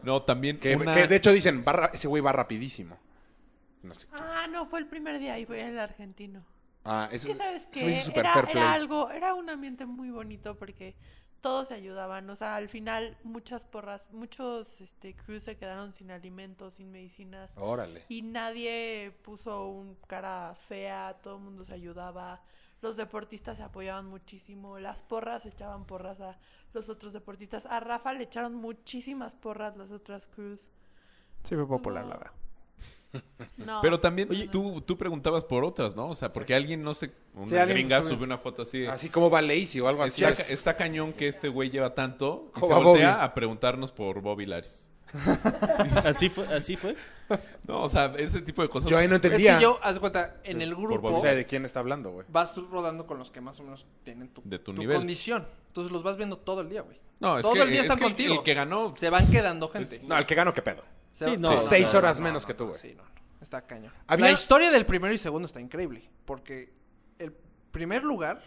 No, también
Que,
una-
que de hecho dicen, va ra- ese güey va rapidísimo. No sé.
Ah, no, fue el primer día y fue el argentino.
Ah,
Es
eso,
que sabes
se me
que
hizo súper
era,
fair play.
era algo, era un ambiente muy bonito porque todos se ayudaban, o sea, al final muchas porras, muchos este crews se quedaron sin alimentos, sin medicinas
Órale.
y nadie puso un cara fea, todo el mundo se ayudaba. Los deportistas se apoyaban muchísimo, las porras echaban porras a los otros deportistas. A Rafa le echaron muchísimas porras las otras crews.
Sí fue popular, la verdad.
No.
Pero también
Oye,
tú, tú preguntabas por otras, ¿no? O sea, porque alguien, no sé, una
Sí, alguien
gringa
sube.
sube. una foto así. de,
Así como va Lazy o algo así.
está,
es-
ca- está cañón que este güey lleva tanto y
Como
se
a
voltea
Bobby.
a preguntarnos por Bobby Laris.
Así fue, así fue.
No, o sea, ese tipo de cosas. pues,
Yo ahí no
Es
entendía.
que yo, haz de cuenta, en el
O
grupo
sea, ¿de quién está hablando, güey?
vas tú rodando con los que más o menos tienen tu,
De tu nivel.
condición. Entonces los vas viendo todo el día, güey.
No, es
todo
que,
el día
es
están
que el-
contigo.
El, que ganó. pues,
Se van quedando gente.
No, el que gano, ¿qué pedo?
Se
Sí,
va-
no.
se-
Sí,
seis horas menos que tú, güey.
Sí, no, no. Está cañón.
Había-
La historia del primero y segundo está increíble. Porque el primer lugar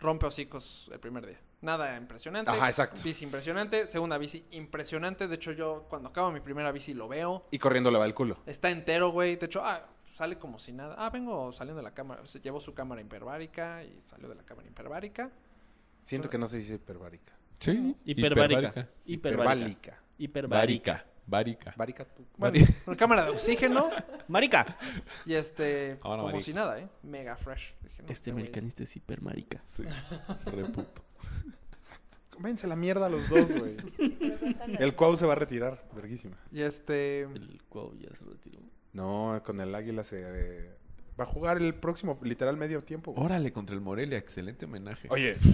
rompe hocicos el primer día. Nada impresionante.
Ajá, exacto.
Bici impresionante. Segunda bici impresionante. De hecho, yo cuando acabo mi primera bici lo veo.
Y corriendo le va el culo.
Está entero, güey. De hecho, ah, sale como si nada. Ah, vengo saliendo de la cámara. Se llevó su cámara hiperbárica y salió de la cámara hiperbárica.
Siento que no se dice hiperbárica.
Sí.
Hiperbárica. Hiperbárica.
Hiperbálica.
Hiperbárica.
Bárica. Bárica.
Bárica tú.
Bueno,
Vari-
una cámara de oxígeno
Marica.
y este,
Ahora,
como
marica.
si nada, ¿eh? Mega fresh. Dije, no,
Este
güey,
americanista es hipermarica.
Sí. Re puto.
Váyanse a la mierda los dos, güey. el Cuau se va a retirar, verguísima.
Y este.
El cuau ya se retiró.
No, con el Águila se... eh, Va a jugar el próximo, literal, medio tiempo, güey.
Órale, contra el Morelia. Excelente homenaje.
Oye.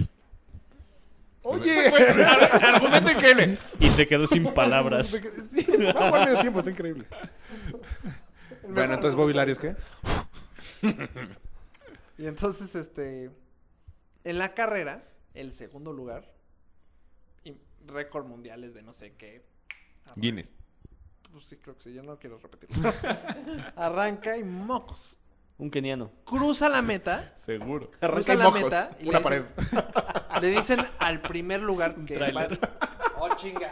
Fue
Oye.
un ar- argumento increíble.
Y se quedó sin palabras.
Sí, va a jugar medio tiempo, está increíble. Bueno, entonces, Bobby Larios, ¿qué?
Y entonces, este. En la carrera, el segundo lugar. Y récord mundiales de no sé qué. Arran-
Guinness.
Pues sí, creo que sí, yo no quiero repetirlo. Arranca y mocos.
Un keniano.
Cruza la meta.
Seguro.
Cruza
Arranca y
la
mocos,
meta. y le
una
dicen-
pared.
Le dicen al primer lugar que va.
tráiler.
Oh, chinga.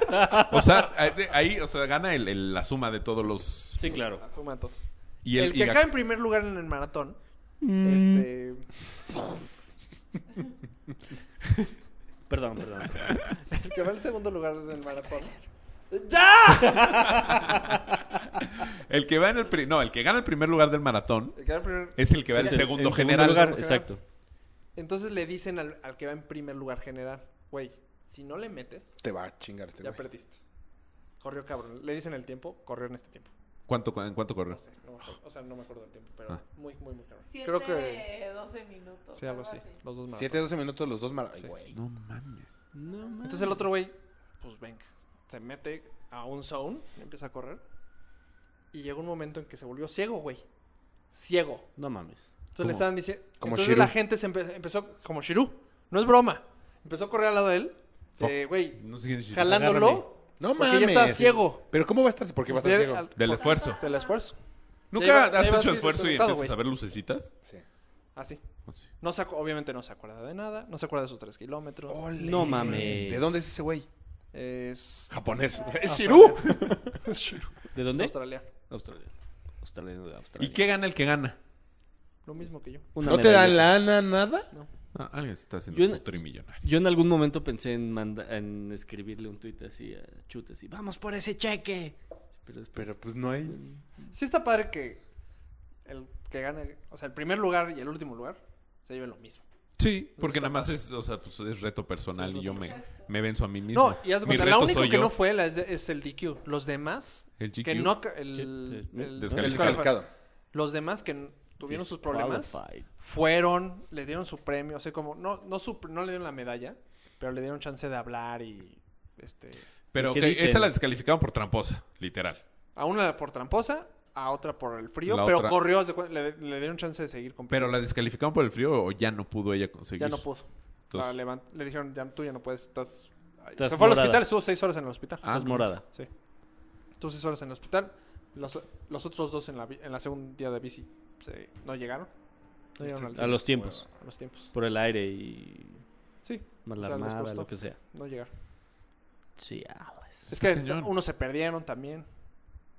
O sea, ahí, o sea, gana el, el- la suma de todos los.
Sí, claro.
Asuma entonces.
Y
el,
el, y
que
la-
acaba en primer lugar en el maratón. Este.
Perdón, perdón. perdón.
El que va al segundo lugar en el maratón.
el que va en el pri- no, el que gana el primer lugar del maratón
El que va al primer-
es el que va en
Es
el segundo
el
general.
lugar, exacto.
Entonces le dicen al, al que va en primer lugar general, güey, si no le metes,
Te va a chingar este
ya
güey.
perdiste. Corrió cabrón. Le dicen el tiempo, corrió en este tiempo.
¿Cuánto, ¿En cuánto corrió?
No sé, no me acuerdo. O sea, no me acuerdo del tiempo, pero
Ah.
muy, muy, muy cabrón.
siete,
Creo que.
12 minutos.
Sí, algo así. Los dos maratones.
7, 12 minutos los dos mar... Ay,
Sí.
güey.
No mames.
No mames.
Entonces el otro güey, pues venga, se mete a un zone, empieza a correr. Y llegó un momento en que se volvió ciego, güey. Ciego.
No mames.
Entonces le estaban diciendo.
como
entonces
Shiru.
la gente se empe- empezó como Shiru. No es broma. Empezó a correr al lado de él. eh, Güey,
No sé quién es Shiru.
jalándolo.
No
Porque
mames.
ya está ciego.
Pero ¿cómo va a estar? Porque va a estar
Del-
ciego.
al-
Del esfuerzo.
Del esfuerzo.
¿Nunca
Te iba- te
has
iba a
hecho
decir
esfuerzo y
resultado,
empiezas
güey.
a ver lucecitas?
Sí.
Así.
Así.
No se acu- obviamente no se acuerda de nada. No se acuerda de sus tres kilómetros.
Ole.
No mames.
¿De dónde es ese güey?
Es.
Japonés. ¡Es Shiru!
¿De
Es
dónde?
australiano.
Australia. Australiano de Australia.
¿Y qué gana el que gana?
Lo mismo que yo.
Una
¿No te dan
medalla.
lana, nada?
Ah, alguien se está haciendo
Yo en-
trimillonario.
Yo en algún momento pensé en, manda- en escribirle un tuit así a Chute, así, vamos por ese cheque. Pero después,
Pero pues no hay.
Sí está padre que el que gane, o sea, el primer lugar y el último lugar se lleven lo mismo.
Sí, porque nada más es, o sea, pues es reto personal y yo me, me venzo a mí mismo.
No, y haz de
Mi
cuenta, la
reto
única
soy
que
yo.
no fue la es, de- es el DQ. Los demás
El GQ.
que no ca- el,
Sí,
el-
el-
Descalificado.
descalificado. Los demás que n- tuvieron sus problemas
Disqualified.
fueron, le dieron su premio, o sea, como no no su- no le dieron la medalla, pero le dieron chance de hablar y este
Pero
¿Y qué
ok,
dicen?
esta la descalificaron por tramposa, literal.
a una por tramposa, a otra por el frío,
La
pero
otra-
corrió, haz de cuenta, le, le dieron chance de seguir
Pero
compitiendo.
la descalificaron por el frío o ya no pudo ella conseguir.
ya no pudo.
Entonces-
La Ah, levant- le dijeron, ya, tú ya no puedes, estás... Ay,
Estás
se fue al
morada.
hospital, estuvo seis horas en el hospital.
Ah,
Estás morada.
Sí. Estuvo seis horas en el hospital. Los, los otros dos en la, vi- en la segunda día de bici se- no llegaron. No llegaron al
A los tiempos.
tiempo, a los tiempos.
Por el aire y
Sí,
mal
O sea, les
armada,
costó.
lo que sea.
no llegaron.
Sí, Alex.
Es que
cañón.
unos se perdieron también.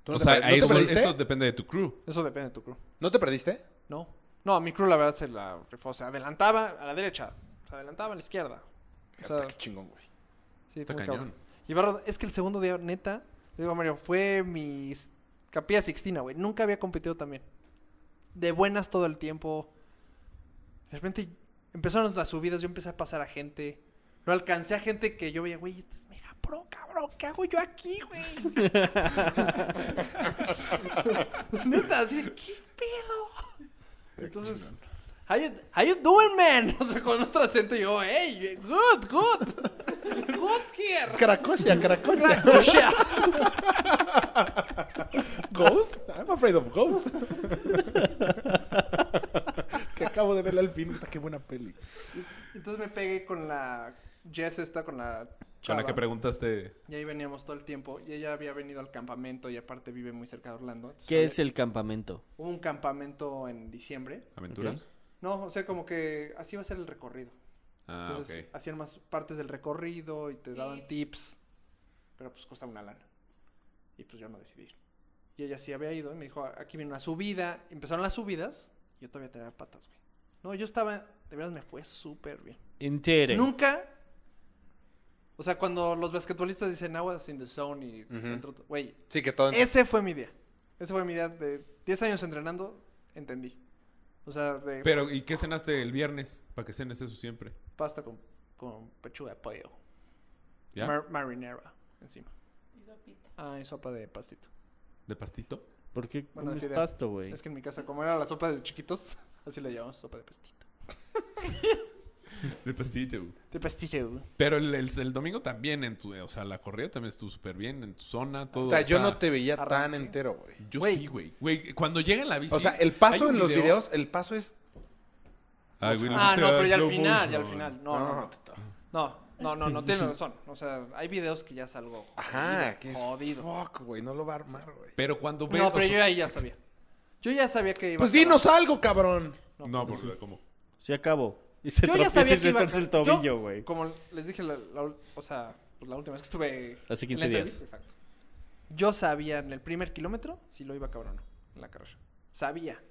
¿Tú
O
te
sea,
perdiste?
ahí
¿No
eso,
te perdiste?
eso depende de tu crew.
Eso depende de tu crew.
¿No te perdiste?
No. No, mi crew la verdad se la rifó. Se adelantaba a la derecha, se adelantaba a la izquierda. O sea,
Está qué chingón, güey.
Sí,
Está
muy
cañón.
Y Barro, es que el segundo día, neta, le digo a Mario, fue mi s- capilla sixtina, güey. Nunca había competido también. De buenas todo el tiempo. De repente empezaron las subidas, yo empecé a pasar a gente. No alcancé a gente que yo veía, güey, este es mega pro, cabrón. ¿Qué hago yo aquí, güey? neta, así, de, ¿qué pedo? Entonces, how you, how you doing, man? O sea, con otro acento yo, hey, good, good. Good here.
Caracosia, caracosia.
Rusia.
Ghost? I'm afraid of Ghost. que acabo de verla al fin. Puta, Qué buena peli.
Entonces me pegué con la Jess esta, con la
Con
chava.
la que preguntaste.
y ahí veníamos todo el tiempo. Y ella había venido al campamento y aparte vive muy cerca de Orlando. Entonces,
¿Qué
había-
es el campamento?
Hubo un campamento en diciembre.
¿Aventuras?
Ok.
No, o sea, como que así va a ser el recorrido.
Ah, ok.
Entonces hacían más partes del recorrido y te daban tips. Pero pues cuesta una lana. Y pues yo no decidí. ir. Y ella sí había ido y me dijo, aquí viene una subida. Empezaron las subidas y yo todavía tenía patas, güey. No, yo estaba, de verdad me fue súper bien.
Entere.
Nunca. O sea, cuando los basquetbolistas dicen I was in the zone y
Ujú.
dentro. Güey,
Sí, que todo.
ese fue mi día. Ese fue mi día de 10 años entrenando, entendí. O sea, de
Pero, ¿y qué cenaste el viernes? Para que cenes eso siempre.
pasta con, con pechuga de pollo.
¿Ya?
Mar- marinara encima.
Y sopita.
Ah, y sopa de pastito.
¿De pastito?
¿Por qué
Bueno,
comes
idea.
pasto, güey?
Es que en mi casa, como era la sopa de chiquitos, así le llamamos sopa de pastito.
De pastito.
De pastillo, güey.
Pero el, el- el domingo también, en tu, o sea, la corrida también estuvo súper bien, en tu zona, todo.
O sea, yo
sea,
no te veía tan
arranqué.
entero, güey.
Yo
Güey.
sí, güey. Güey, cuando llega en la bici.
O sea, el
hay
paso
un
en los
video-
videos, el paso es.
Ay, güey,
Ah,
viste
no,
a
pero ya al
slow
final, ya al
motion.
final.
No,
No, no, no. No, no, no, no tiene razón. O sea, hay videos que ya salgo.
Ajá,
jodido,
que es.
jodido.
Fuck, güey. No lo va a armar, güey.
Pero cuando ves.
No,
o
pero
sea,
yo ahí ya sabía. Yo ya sabía que iba
Pues
a acabar.
dinos algo, cabrón.
No,
Pues
porque como.
Se acabó. Y se
Yo ya
tropieza
sabía
y
que
se
iba a
torce el
acabar. Yo,
tobillo, güey.
Como les dije la, la ul- o sea, pues, la última vez que estuve
Hace
en
15
la
días.
entrevista, Exacto. Yo sabía en el primer kilómetro si lo iba a acabar o no en la carrera. Sabía.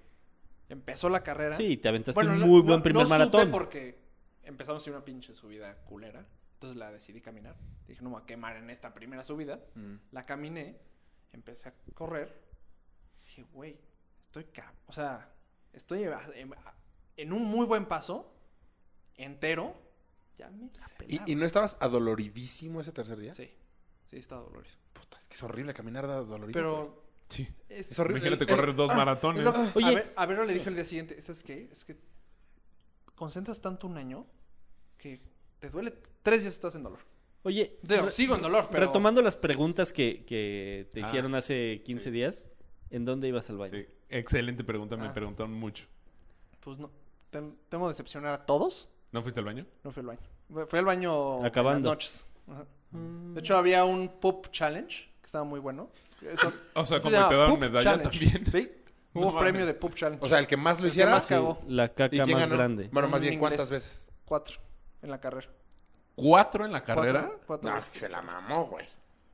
Empezó la carrera.
Sí, te aventaste
Bueno,
un
no-
muy
no-
buen primer
no
maratón.
Supe porque empezamos en una pinche subida culera. Entonces la decidí caminar. Dije, no me voy a quemar en esta primera subida. La caminé, empecé a correr. Dije, güey, estoy, ca- o sea, estoy a- em- a- en un muy buen paso, entero. Ya me la pelaron.
¿Y, y no estabas adoloridísimo ese tercer día?
Sí, sí está doloroso.
Puta, es que es horrible caminar adolorido. güey.
Pero
Sí.
es,
Es horrible.
Imagínate
El-
correr dos maratones.
lo- a
Oye.
ver, a Vero le dije el día siguiente, ¿sabes qué? Es que concentras tanto un año que te duele tres días estás en dolor.
Oye,
Digo,
re-
sigo en dolor, pero
retomando las preguntas que, que te
Ah,
hicieron hace 15
sí.
días, ¿en dónde ibas al baño?
Sí. Excelente pregunta, me
Ah.
preguntaron mucho.
pues no, tem- temo decepcionar a todos.
¿No fuiste al baño?
No fue al baño. Fue- Fue al baño en
Acabando. Mm.
las noches. Ajá. De hecho, había un Pup Challenge que estaba muy bueno. Eso-
O sea,
eso se
como
llama
te daban
Pup
medalla
Challenge.
también.
Sí,
No
hubo un premio de
mames.
Pup Challenge.
O sea, el que más lo
El que
hiciera.
más cagó.
La
¿Y
caca
quién
más
ganó?
grande.
Bueno, más
Un
bien, ¿cuántas
inglés.
veces?
Cuatro en la carrera.
¿Cuatro en la carrera?
Cuatro- cuatro
No, es
veces.
que se la mamó, güey.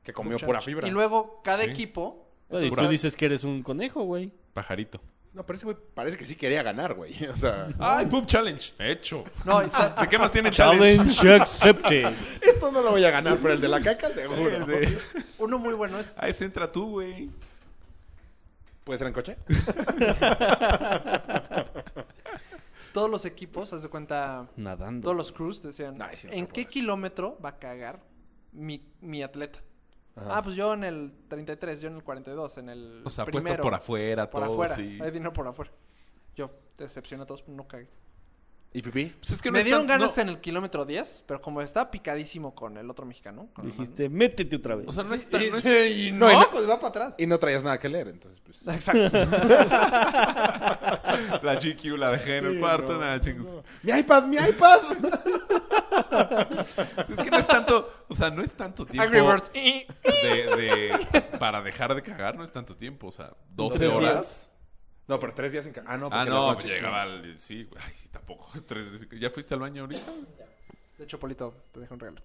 Que comió
Pup
pura
Challenge.
fibra.
Y luego, cada
Sí.
equipo...
Bueno, Pues, y
eso
tú
está-
dices que eres un conejo, güey.
Pajarito.
No, pero ese güey parece que sí quería ganar, güey. O sea,
¡Ay, Poop Challenge! Hecho.
No, y
Ah.
ta-
¿De qué más tiene Challenge?
Challenge accepted.
esto no lo voy a ganar, pero el de la caca seguro.
uno muy bueno es...
A Ah, ese entra tú, güey.
¿Puede ser Pues en coche?
Todos los equipos, haz de cuenta...
Nadando.
Todos los crews decían,
No, ese no
¿en
creo
qué
poder.
kilómetro va a cagar mi, mi atleta?
Ajá.
Ah, pues yo en el 33, yo en el 42, en el
O sea, apuestas
primero,
por afuera,
por
todo,
afuera.
sí.
Hay dinero por afuera. Yo, decepcioné a todos, no cagué.
¿Y pipí?
Pues es que no
Me
es
dieron
tan- no-
ganas en el kilómetro 10, pero como estaba picadísimo con el otro mexicano. con
Dijiste, métete otra vez.
O sea, no es tan...
Armando,
no es-
y- y no,
y no-
pues va para atrás.
Y no traías nada que leer, entonces, pues.
Exacto.
La GQ la dejé en el cuarto, nada, chingos.
¡Mi iPad, mi iPad!
Es que no es tanto... O sea, no es tanto tiempo
Agribirds. Y-
de, de- Para dejar de cagar no es tanto tiempo. O sea, 12
Tres días.
horas.
No, pero tres días en casa. Ah, no,
Ah,
porque
no,
las
pues
noches-
llegaba al... Sí, güey, ay, sí, tampoco. Tres- ¿Ya fuiste al baño ahorita?
De hecho, Polito, te dejé un regalo.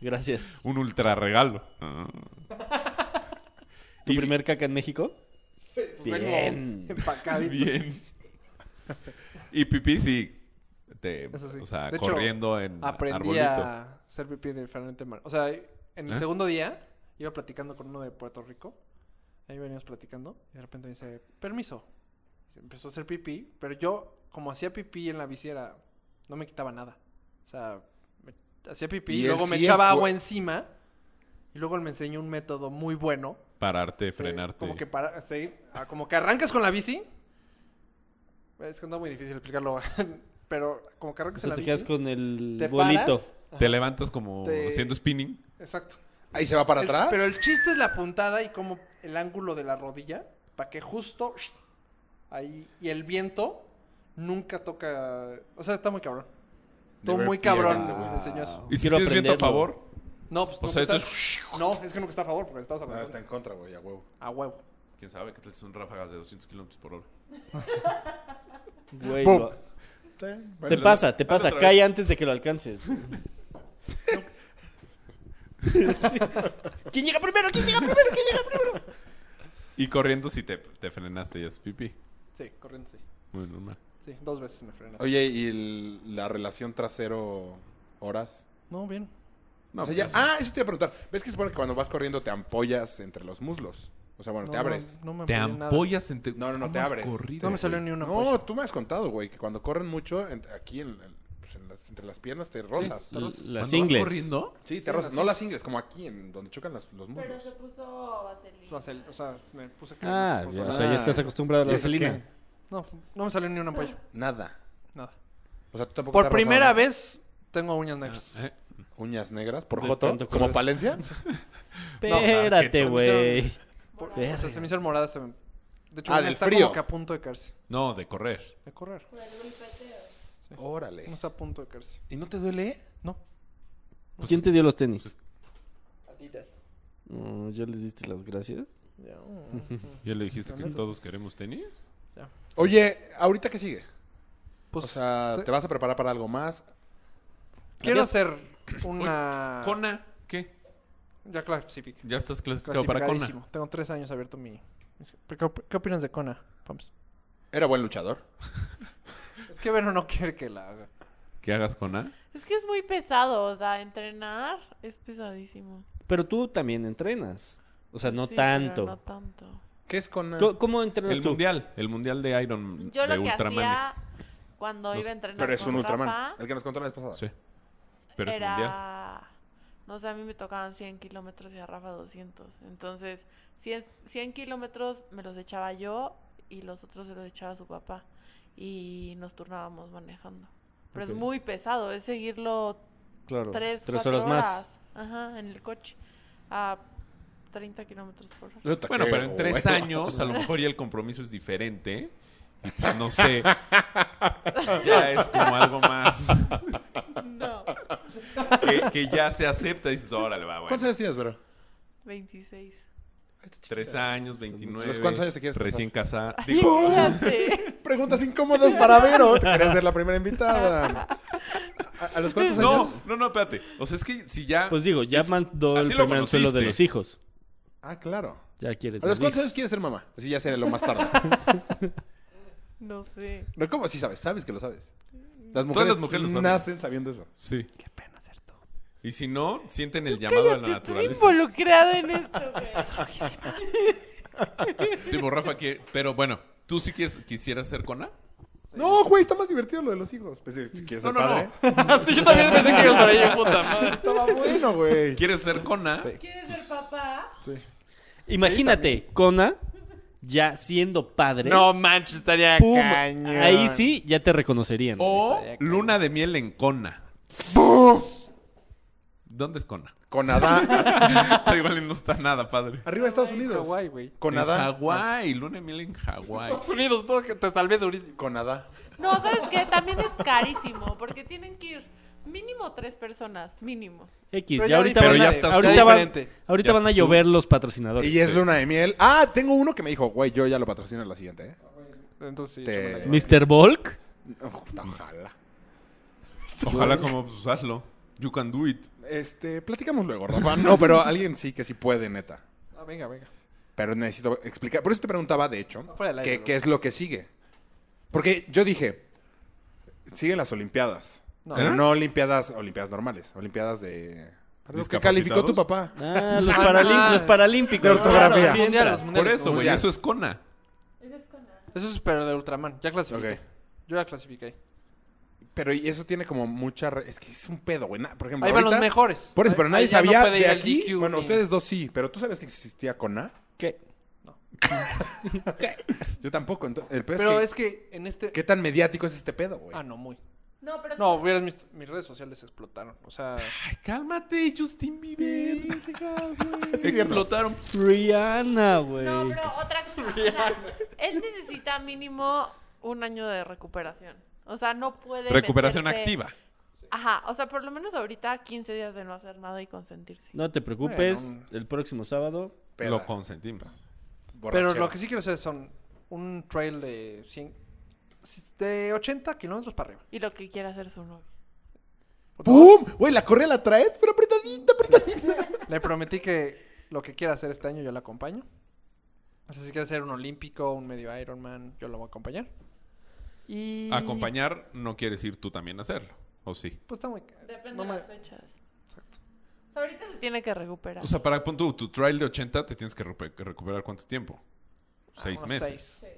Gracias.
Un ultra regalo. Ah.
¿Tu
Y-
primer caca en México?
Sí,
pues vengo
Empacadito.
Bien. Y pipí sí. te-
Eso sí.
O sea,
De hecho,
corriendo en
aprendí
arbolito.
a hacer pipí de diferente manera. O sea, en el
¿Eh?
segundo día iba platicando con uno de Puerto Rico. Ahí veníamos platicando y de repente me dice, permiso. Y Empezó a hacer pipí, pero yo, como hacía pipí en la bici, era- no me quitaba nada. O sea, me- hacía pipí
Y
y
él
luego me
sí
echaba
encu-
agua encima. Y luego él me enseñó un método muy bueno.
Pararte,
que
frenarte.
Como que, para, sí, ah, como que arrancas con la bici. Es que no es muy difícil explicarlo. Pero como que
O
arrancas en
sea,
la
te
bici.
quedas con el
te
bolito.
paras, ajá,
Te levantas como
Te-
haciendo spinning.
Exacto.
Ahí se va para
El-
atrás.
Pero el chiste es la puntada y como el ángulo de la rodilla para que justo sh- ahí y el viento nunca toca, o sea, está muy cabrón. Estuvo
Never
muy
pierdas,
cabrón
güey.
me enseñó eso.
¿Y si
Quiero
tienes viento a
aprenderlo.
favor?
No, pues
O
nunca
sea, esto
está-
es...
No, es que nunca está a favor porque estamos
Ah, está
hablando
en contra, güey, a huevo.
a huevo.
¿Quién sabe? ¿Qué tal son ráfagas de 200 kilómetros por hora?
Güey,
Pum.
lo-
Bueno,
te pasa, te pasa.
otra vez.
Cae antes de que lo alcances. Sí. ¿Quién llega primero? ¿Quién llega primero? ¿Quién llega primero?
Y corriendo si te, te frenaste y haces pipí.
Sí, corriendo sí.
Muy normal.
Sí, dos veces me frené.
Oye, ¿y el- la relación trasero horas?
No, bien.
No,
O sea, ya-
pues,
Ah, eso te iba a preguntar. ¿Ves que supone que cuando vas corriendo te ampollas entre los muslos? O sea, bueno,
No,
te abres.
No, no me
Te
apoyé en nada.
ampollas en... te-
No, no, no,
¿Cómo
te
has
abres.
corrido,
No me salió
güey?
ni una
No,
apoyo.
tú me has contado, güey, que cuando corren mucho, en- aquí en, en- pues, en las- entre las piernas te rozas. Sí,
te rozas.
Las
Cuando vas
ingles.
corriendo?
te rozas. No las ingles, como aquí, en donde chocan las- los
Pero
muslos.
se puso vaselina.
O sea, el- o sea, me puse que
Ah,
no,
ya,
no,
o sea, ya estás acostumbrado a la
Sí, eso
vaselina.
qué.
no, no me salió ni un apoyo.
Nada.
Nada.
O sea, tú tampoco te
Por
has rozado
primera vez tengo uñas negras.
Eh,
Uñas negras, por
De
Joto,
tanto
como
correr.
Palencia.
Espérate,
No,
güey.
Por-
Morada.
o sea, se me hicieron moradas. se me- De hecho,
Ah,
una
del
está
frío.
como que a punto de caerse.
No, de correr.
De correr.
Por el golpeteo.
Órale.
No está a punto de caerse.
¿Y no te duele?
No.
Pues,
¿Quién te dio los tenis?
Adidas.
Oh, ¿Ya les diste las gracias?
Ya. mm,
¿Ya le dijiste que todos queremos tenis?
ya.
Oye, ¿ahorita qué sigue?
Pues
O sea, ¿te vas a preparar para algo más?
quiero
habías-
hacer una.
Cona, ¿qué?
Ya clasific.
Ya estás clasificado para
Clasificadísimo.
Cona.
Tengo tres años abierto mi. mis- ¿Qué, op- qué opinas de Kona? Pams?
Era buen luchador.
Es que Vero no quiere que la haga.
¿Qué hagas Cona?
Es que es muy pesado, o sea, entrenar es pesadísimo.
Pero tú también entrenas. O sea, no
Sí, pero
tanto.
No tanto.
¿Qué es con...?
¿Cómo,
¿Eh?
cómo entrenas
El
tú?
mundial, el mundial de Iron
Yo
de
lo que
Ultramanes.
hacía cuando
No
iba
sé,
a entrenar
Pero es
con
un Ultraman.
Rafa,
El que nos contó la vez pasada.
Sí. Pero es mundial.
era... No sé, a mí me tocaban 100 kilómetros y a Rafa 200. Entonces, 100, 100 kilómetros me los echaba yo y los otros se los echaba su papá. Y nos turnábamos manejando. Pero
Ok.
es muy pesado, es seguirlo
Claro.
tres,
tres
cuatro
horas más.
Ajá, en el coche. A 30 kilómetros por hora.
Puta,
Bueno,
qué
pero en tres
hueva.
años a lo mejor ya el compromiso es diferente. Y pues no sé. ya es como algo más.
No.
que, que ya se acepta. Dices, órale, va, bueno.
¿Cuántos años tienes, Vero?
26.
Tres años, 29.
¿Cuántos años te quieres casar?
Recién casada.
Ay,
Digo,
espérate.
Preguntas incómodas para Vero. Te quería ser la primera invitada. ¿A, a los cuántos
no,
años?
no, no, espérate. O sea, es que si ya.
Pues digo, ya
es-
mandó el
así lo
primer anzuelo de
conociste.
los hijos.
Ah, claro.
Ya quiere
¿A los
tener
cuántos
hijos.
años quieres ser mamá? Así ya sé lo más tarde.
No sé.
No, ¿cómo? Sí sabes, sabes que lo sabes. Las
Todas
mujeres,
las mujeres lo saben.
nacen sabiendo eso.
Sí.
Qué pena ser tú.
Y si no, sienten el llamado a
Cállate,
la
estoy
naturaleza.
involucrada en esto, güey.
Sí, pues Rafa, que, pero bueno, ¿tú sí quieres, quisieras ser cona?
No, güey, está más divertido lo de los hijos. Pues, si- si quieres
No,
ser
no,
padre.
sí, yo también pensé que ibas para ello, puta madre.
Estaba bueno, güey.
¿Quieres ser cona?
Sí.
¿Quieres ser papá?
Imagínate, Kona, ya siendo padre.
No manches, estaría
pum,
cañón.
ahí sí ya te reconocerían.
O
Estaría cañón.
luna de miel en cona. ¿Dónde es cona?
Con Adán.
Pero igual no está nada, padre.
Arriba de Estados Unidos.
Hawái, güey.
Con
en
Adán.
Hawái, luna de miel en Hawái.
Estados Unidos, no, que te salvé durísimo.
Con Adán.
No, ¿sabes qué? También es carísimo porque tienen que ir mínimo tres personas, mínimo.
X,
Pero
ya
ya
ahorita
Pero
van
ya
a,
estás
ahorita
tú.
van-
Diferente.
ahorita
Ya
van a
estás tú.
llover los patrocinadores.
Y es luna de miel. Ah, tengo uno que me dijo, güey, yo ya lo patrocino en la siguiente, ¿eh?
Entonces sí,
Te-
échamela yo.
Mr. Volk.
Ojalá.
Ojalá como, pues hazlo. You can do it.
Este, platicamos luego, Rafa. No, pero alguien sí que sí puede, neta.
Ah, venga, venga.
Pero necesito explicar. Por eso te preguntaba, de hecho,
Fuera del aire,
qué-
bro.
qué es lo que sigue. Porque yo dije, siguen las Olimpiadas.
No.
Pero
¿Eh?
no Olimpiadas, Olimpiadas normales, Olimpiadas de... Lo que
¿Discapacitados?
calificó tu papá.
Ah, los,
Ah,
paralim-
ah.
los paralímpicos.
De ortografía.
claro, sí
Los
entra.
mundiales, los
Por eso, güey,
mundial.
eso es cona.
Esa es con A.
Eso es pero de Ultraman. Ya clasifiqué.
Ok.
Yo ya clasifiqué.
Pero y eso tiene como mucha... re- Es que es un pedo, güey. Na- Por ejemplo,
Ahí van los
ahorita-
mejores.
Por eso,
Ahí-
pero
ahí
nadie
ya no
sabía
puede ir
de
al
aquí.
DQ
bueno,
ni-
ustedes dos sí, pero tú sabes que existía Cona.
¿Qué?
Yo tampoco. ento- el pedo
Pero
es,
es que en este...
que, ¿Qué tan mediático es este pedo, güey?
Ah, no, muy.
No, pero
No, hubieras mis, mis redes sociales explotaron. O sea...
Ay, cálmate, Justin Bieber.
Sí, es cierto.
Explotaron.
Rihanna, güey.
No, pero otra cosa. o sea, él necesita mínimo un año de recuperación. O sea, no puede.
Recuperación
meterse-
activa.
Ajá, o sea, por lo menos ahorita 15 días de no hacer nada y consentirse.
No te preocupes,
Bueno.
el próximo sábado.
Peda,
Lo consentimos.
borrachera.
Pero lo que sí quiero hacer son un trail de 100... De 80 kilómetros para arriba.
Y lo que quiera hacer su novio.
¡Pum! Güey, la correa la traes, pero apretadita, apretadita.
Le prometí que lo que quiera hacer este año yo la acompaño. O sea, si quiere hacer un olímpico, un medio Ironman, yo lo voy a acompañar. Y...
Acompañar no quiere decir tú también hacerlo, ¿o sí?
Pues está muy...
Depende
no
de
me-
las fechas. O sea, ahorita se tiene que recuperar.
O sea, para pon tú, tu trial de 80 te tienes que recu- que recuperar cuánto tiempo?
Ah,
Seis
unos
meses.
seis.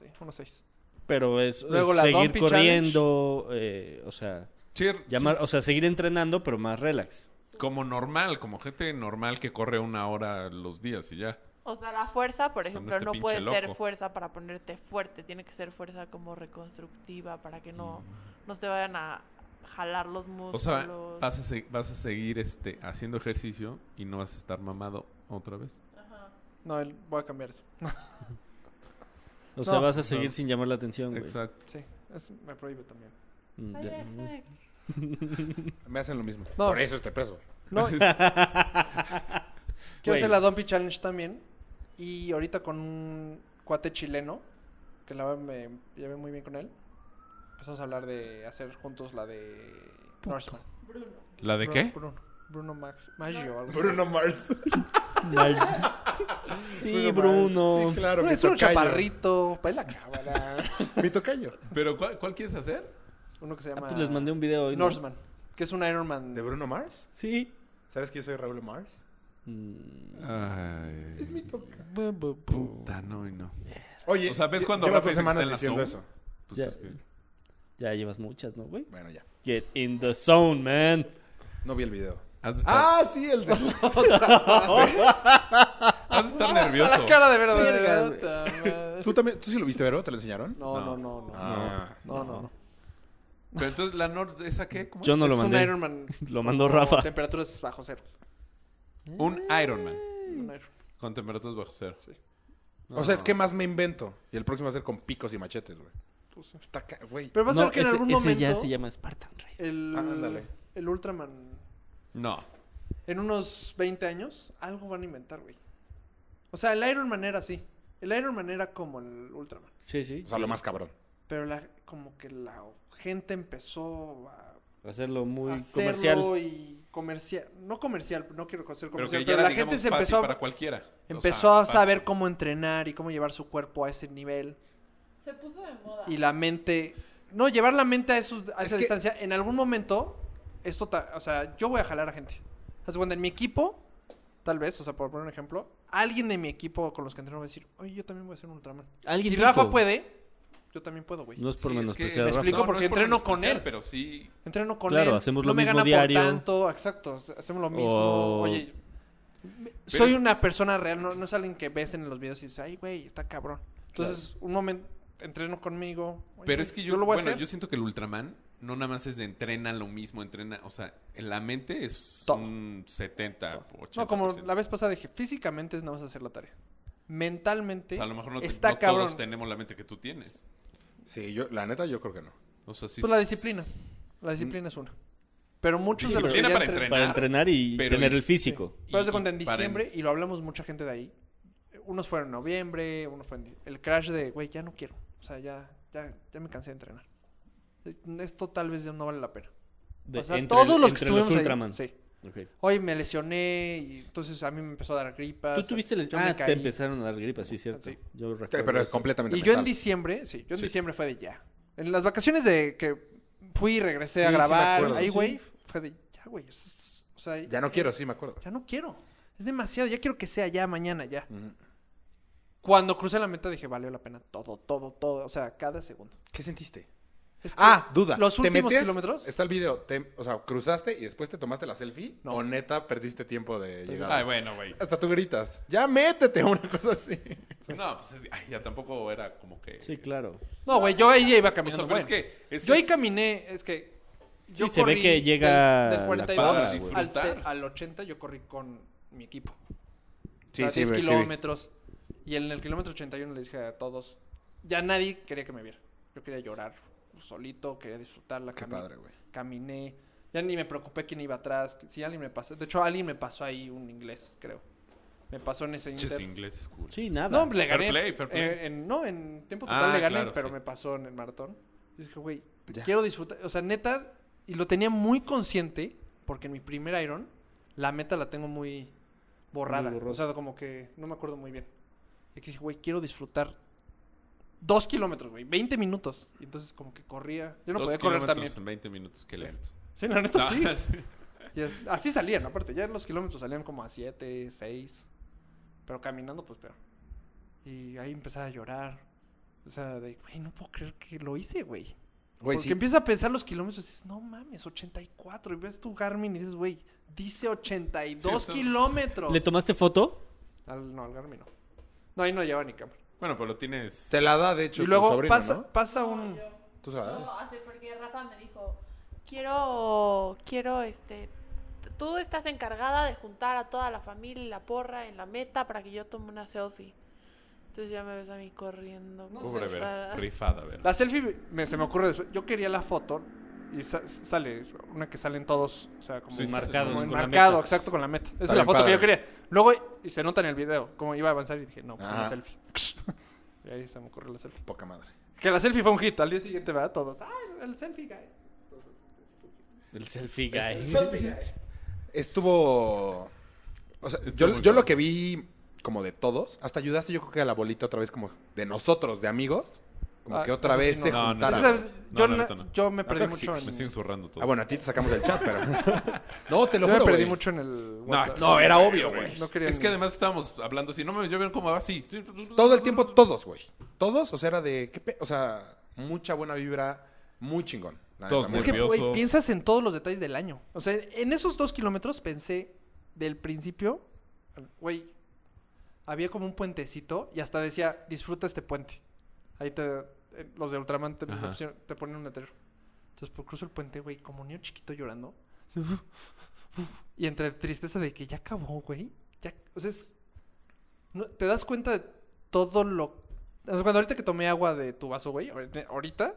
Sí, unos seis.
Pero es, es
Luego la
seguir
Dumpy
corriendo, eh, o sea,
Sí, sí,
llamar, o sea, seguir entrenando, pero más relax.
como normal, como gente normal que corre una hora los días y ya.
O sea, la fuerza, por
sea, no
ejemplo,
esté
no,
pinche
puede ser
loco.
fuerza para ponerte fuerte, tiene que ser fuerza como reconstructiva para que no, no te vayan a jalar los
O
músculos.
sea, vas a, se- vas a seguir este, haciendo ejercicio y no vas a estar mamado otra vez.
No, el- voy a cambiar eso.
O sea,
No.
vas a seguir
No.
sin llamar la atención, güey.
Exacto.
Sí, eso me prohíbe también.
Mm,
Ay,
ya.
ya sé.
Me hacen lo mismo.
No.
Por eso este peso.
No, y- quiero
Güey.
hacer la Dumpy Challenge también. Y ahorita con un cuate chileno, que la verdad me llevé muy bien con él. Empezamos a hablar de hacer juntos la de Norseman.
¿La de
Bru-
qué?
Bruno. Bruno Mag- Maggio o algo así.
Bruno Mars.
sí,
Sí,
Bruno.
claro,
Bruno
mi
es un
tocayo.
chaparrito, pues, baila cámara.
Mi tocayo.
¿Pero cuál, cuál quieres hacer?
Uno que se llama
Ah, pues les mandé un video hoy. ¿no?
Norseman, que es un Iron Man.
¿De Bruno Mars?
Sí.
¿Sabes que yo soy Raúl Mars?
Mm,
Ay,
Es mi tocayo.
Bu- bu- bu.
puta, no y no.
Oye,
O sea, ¿ves
lle-
cuando
llevas dos
Rafa dice que está
semanas
en la
diciendo
zona?
eso?
Pues
Ya.
es que...
ya llevas muchas, ¿no, güey?
Bueno, ya.
Get in the zone, man.
No vi el video.
Has de estar,
Ah, sí, el de...
has de estar nervioso.
ah, La cara de Vero, de
Verga,
Vero, puta madre.
¿Tú, también, ¿Tú sí lo viste, Vero? ¿Te lo enseñaron?
No, no, no, no.
Ah.
No, no, no.
Pero entonces, ¿la Nord esa qué? ¿Cómo
Yo
es?
no lo
es
mandé.
un Iron Man.
Lo mandó
con
Rafa.
Temperaturas bajo cero.
Un Iron Man
Un Iron-
con temperaturas bajo cero.
Sí.
O sea, es que más me invento. Y el próximo va a ser con picos y machetes, güey.
pues sí.
Está ca- güey.
Pero va a
No,
ser que en
ese-
algún
ese
momento. Eh,
ya se llama Spartan Race.
El,
Ah, ándale.
el el Ultraman
No.
en unos 20 años, algo van a inventar, güey. O sea, el Iron Man era así. El Iron Man era como el Ultraman.
Sí, sí.
O sea, lo más cabrón.
Pero la, como que la gente empezó a
Hacerlo muy
hacerlo
comercial.
y comercial. No comercial, no quiero hacer
Pero
comercial.
que ya
Pero,
era,
la
digamos,
gente se
fácil
empezó, a-
para cualquiera.
empezó a saber cómo entrenar y cómo llevar su cuerpo a ese nivel.
Se puso de moda.
y la mente. No, llevar la mente a, esos, a
Es
esa
que-
distancia. En algún momento, esto. ta- O sea, yo voy a jalar a gente. Haz de cuenta, en mi equipo, tal vez, o sea, por poner un ejemplo, alguien de mi equipo con los que entreno va a decir, oye, yo también voy a ser un Ultraman. si
Alguien dijo.
Rafa puede, yo también puedo, güey.
No es por
menos
menospreciar a
Me
Rafa.
explico porque entreno con él.
Pero sí.
Entreno con
Claro,
él.
hacemos
no
lo
me
mismo
gana
diario. Oh.
por tanto, exacto. Hacemos lo mismo.
O-
Oye, me- soy
es-
una persona real, no, no es alguien que ves en los videos y dices, ay, güey, está cabrón. Entonces, un momento, entreno conmigo. "Oye,
Pero
güey,
es que yo,
lo voy a
bueno,
hacer".
yo siento que el Ultraman no nada más es de entrena lo mismo, entrena, o sea, en la mente es
Todo.
un 70, 80.
No, como la vez pasada dije, físicamente no vas a hacer la tarea. Mentalmente
O sea, a lo mejor no, te-
está
no
cabrón.
todos tenemos la mente que tú tienes.
Sí, yo, la neta, yo creo que no.
O sea, sí.
Pues la disciplina. La disciplina es una. Pero muchos de los que
Disciplina
ya
para
entren-
entrenar.
Para entrenar y
Pero
tener
y-
el físico.
Pero haz de
Y-
cuenta, en
y para en-
diciembre, y lo hablamos mucha gente de ahí, unos fueron en noviembre, unos fueron en di- el crash de, güey, ya no quiero. O sea, ya, ya, ya me cansé de entrenar. Esto tal vez ya no vale la pena.
De-
o sea,
entre
todos
el-
los que
entre los
estuvimos ahí,
Ultramans.
sí.
Ok.
Hoy me lesioné y entonces a mí me empezó a dar gripa.
Tú tuviste el...
yo me
Ah, te
caí.
empezaron a dar gripa, sí, cierto.
Sí.
Yo
Sí,
recuerdo
pero es
eso.
completamente
Y yo en
mental.
diciembre, sí, yo en
Sí.
diciembre fue de ya. En las vacaciones de que fui y regresé
Sí,
a
sí me
grabar,
acuerdo.
ahí,
Sí.
güey, fue de ya, güey. es- es- O sea,
Ya no quiero, sí, me acuerdo.
ya no quiero. Es demasiado, ya quiero que sea ya, mañana, ya.
Ujú.
Cuando crucé la meta dije, valió la pena todo, todo, todo. O sea, cada segundo.
¿Qué sentiste?
Es que
Ah, duda.
Los
¿Te
últimos
metías-
kilómetros.
Está el video. te- o sea, ¿cruzaste y después te tomaste la selfie?
No.
¿O neta perdiste tiempo de llegar?
Ay, bueno, güey.
Hasta tú gritas. ¡Ya métete! Una cosa así.
No, pues es- ay, ya tampoco era como que.
Sí, claro.
No, güey, yo ahí ya iba
O sea,
caminando.
pero es
bueno.
que. ese
Yo ahí
es-
caminé, es que. Yo
se ve
corrí
que llega
Del, del
la
42
parada,
al,
güey.
al ce-
Disfrutar.
al 80, yo corrí con mi equipo.
Sí,
o sea,
sí,
10
güey, sí, vi.
kilómetros. Y en el kilómetro 81 le dije a todos, ya nadie quería que me viera. Yo quería llorar solito, quería disfrutar la
Qué
cami-
padre, güey.
Caminé, ya ni me preocupé quién iba atrás, si alguien me pasó. De hecho, alguien me pasó ahí un inglés, creo. Me pasó en ese
Pinches
inter.
ingleses, cool.
Sí, nada.
No, le
Fair
gané.
play, fair play.
Eh, en- no, en tiempo total
Ah,
le gané,
claro,
pero
sí.
me pasó en el maratón. Y dije, güey,
Ya.
quiero disfrutar. O sea, neta, y lo tenía muy consciente, porque en mi primer Iron, la meta la tengo muy borrada.
Muy
o
borrosa.
sea, como que no me acuerdo muy bien. Y que dije, güey, quiero disfrutar dos kilómetros, güey, 20 minutos. Y entonces, como que corría. Yo no
Dos
podía correr
kilómetros Ah,
también.
En 20 minutos, qué lento.
Sí, la neta sí.
No, sí.
Y es- así salían, aparte. Ya los kilómetros salían como a 7, 6. Pero caminando, pues peor. Y ahí empezaba a llorar. O sea, de, güey, no puedo creer que lo hice, güey.
Güey,
Porque
sí.
empieza a pensar los kilómetros y dices, no mames, 84. Y ves tu Garmin y dices, güey, dice 82
Sí, eso-
kilómetros.
¿Le tomaste foto?
Al- no, al Garmin no. No, ahí no lleva ni cámara.
Bueno, pero lo tienes.
Te la da, de hecho,
Y
tu
luego
sobrino,
pasa,
¿no?
pasa
No,
un...
yo-
¿Tú se la das?
No, así porque Rafa me dijo, quiero, quiero, este, t- tú estás encargada de juntar a toda la familia y la porra en la meta para que yo tome una selfie. Entonces ya me ves a mí corriendo.
Pobre,
con
ver.
esa-
Rifada, ver.
La selfie me- se me ocurre después. Yo quería la foto y sa- sale, una que salen todos, o sea, como
Sí, sí.
Marcados.
Como
con la
enmarcado,
meta.
exacto, con la meta. Esa
Está
es la
bien
foto que yo
padre.
quería. Luego, y se nota en el video, como iba a avanzar y dije, no, pues una
Ajá.
selfie. y ahí se me ocurrió la selfie.
Poca madre.
Que la selfie fue un hit. Al día siguiente, ¿verdad? Todos, ah, el, el selfie guy. Entonces, este, sí fue un hit.
El selfie guy.
Estuvo. O sea,
Estuvo
yo,
muy
yo
padre.
lo que vi como de todos, hasta ayudaste yo creo que a la bolita otra vez como de nosotros, de amigos, como
Ah,
que otra
eso sí
vez
no.
se
No, no,
juntara.
eso
Entonces, ¿sabes?
No,
yo,
la
la-
neta no.
yo me
creo
perdí
que sí,
mucho
Me
en...
siguen zurrando todo.
Ah, bueno, a ti te sacamos del chat, pero... No, te
Yo
lo
me
juro,
perdí
güey.
mucho en el
No,
WhatsApp.
No, era obvio, güey.
No quería
Es
ni-
que además estábamos hablando así. No me yo vieron cómo va así. pues,
Todo el tiempo, todos, güey. Todos, o sea, era de... ¿qué pe- O sea, mucha buena vibra, muy chingón. la
Todos
neta,
Es
muy
que,
nerviosos.
güey, piensas en todos los detalles del año. O sea, en esos dos kilómetros pensé del principio, güey, había como un puentecito y hasta decía, disfruta este puente. Ahí te, eh, los de Ultraman te,
Ajá.
pusieron- te ponen un letrero. Entonces, por cruzo el puente, güey, como niño chiquito llorando. Y entre tristeza de que ya acabó, güey. Ya, o sea, es- no- te das cuenta de todo lo... Cuando ahorita que tomé agua de tu vaso, güey, ahorita- ahorita,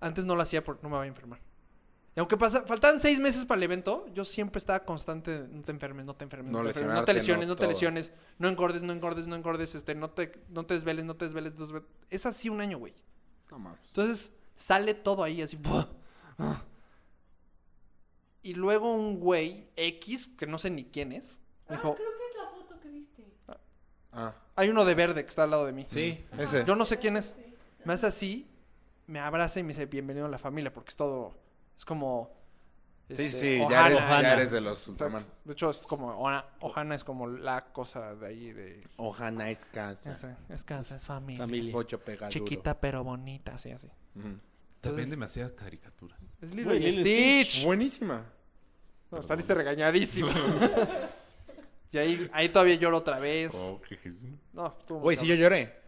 antes no lo hacía porque no me voy a enfermar. Y aunque pasa, faltaban seis meses para el evento, yo siempre estaba constante, no te enfermes, no te enfermes, no,
No
te, enfermes, no te
lesionarte,
lesiones,
no
no te
todo.
lesiones, no engordes, no engordes, no engordes, este, no te, no te desveles, no te desveles. dos ve- Es así un año, güey.
No mames.
Entonces sale todo ahí así. ¡buah! ¡ah! Y luego un güey X, que no sé ni quién es, me dijo,
Ah, creo que es la foto que viste.
Ah,
hay uno de verde que está al lado de mí.
sí, ese.
Mm. Yo no sé quién es. Me hace así, me abraza y me dice, bienvenido a la familia, porque es todo, es como...
Sí,
este,
sí, ya
Ohana.
eres, ya
Ohana.
eres de los
Exacto.
Superman.
De hecho, es como, Ohana, Ohana es como la cosa de ahí, de...
Ohana es cansa.
Es, es casa, es familia.
Familia.
Ocho pegaduro.
Chiquita pero bonita, así, así.
Ujú.
También
pues,
Entonces-
demasiadas caricaturas.
Es Lilo
Güey,
y
Lilo y
Stitch.
Buenísima.
No, saliste regañadísimo. y ahí, ahí todavía lloro otra vez.
Oh, qué Jesús.
No, estuvo muy
Güey, sí, yo
cabrón.
lloré.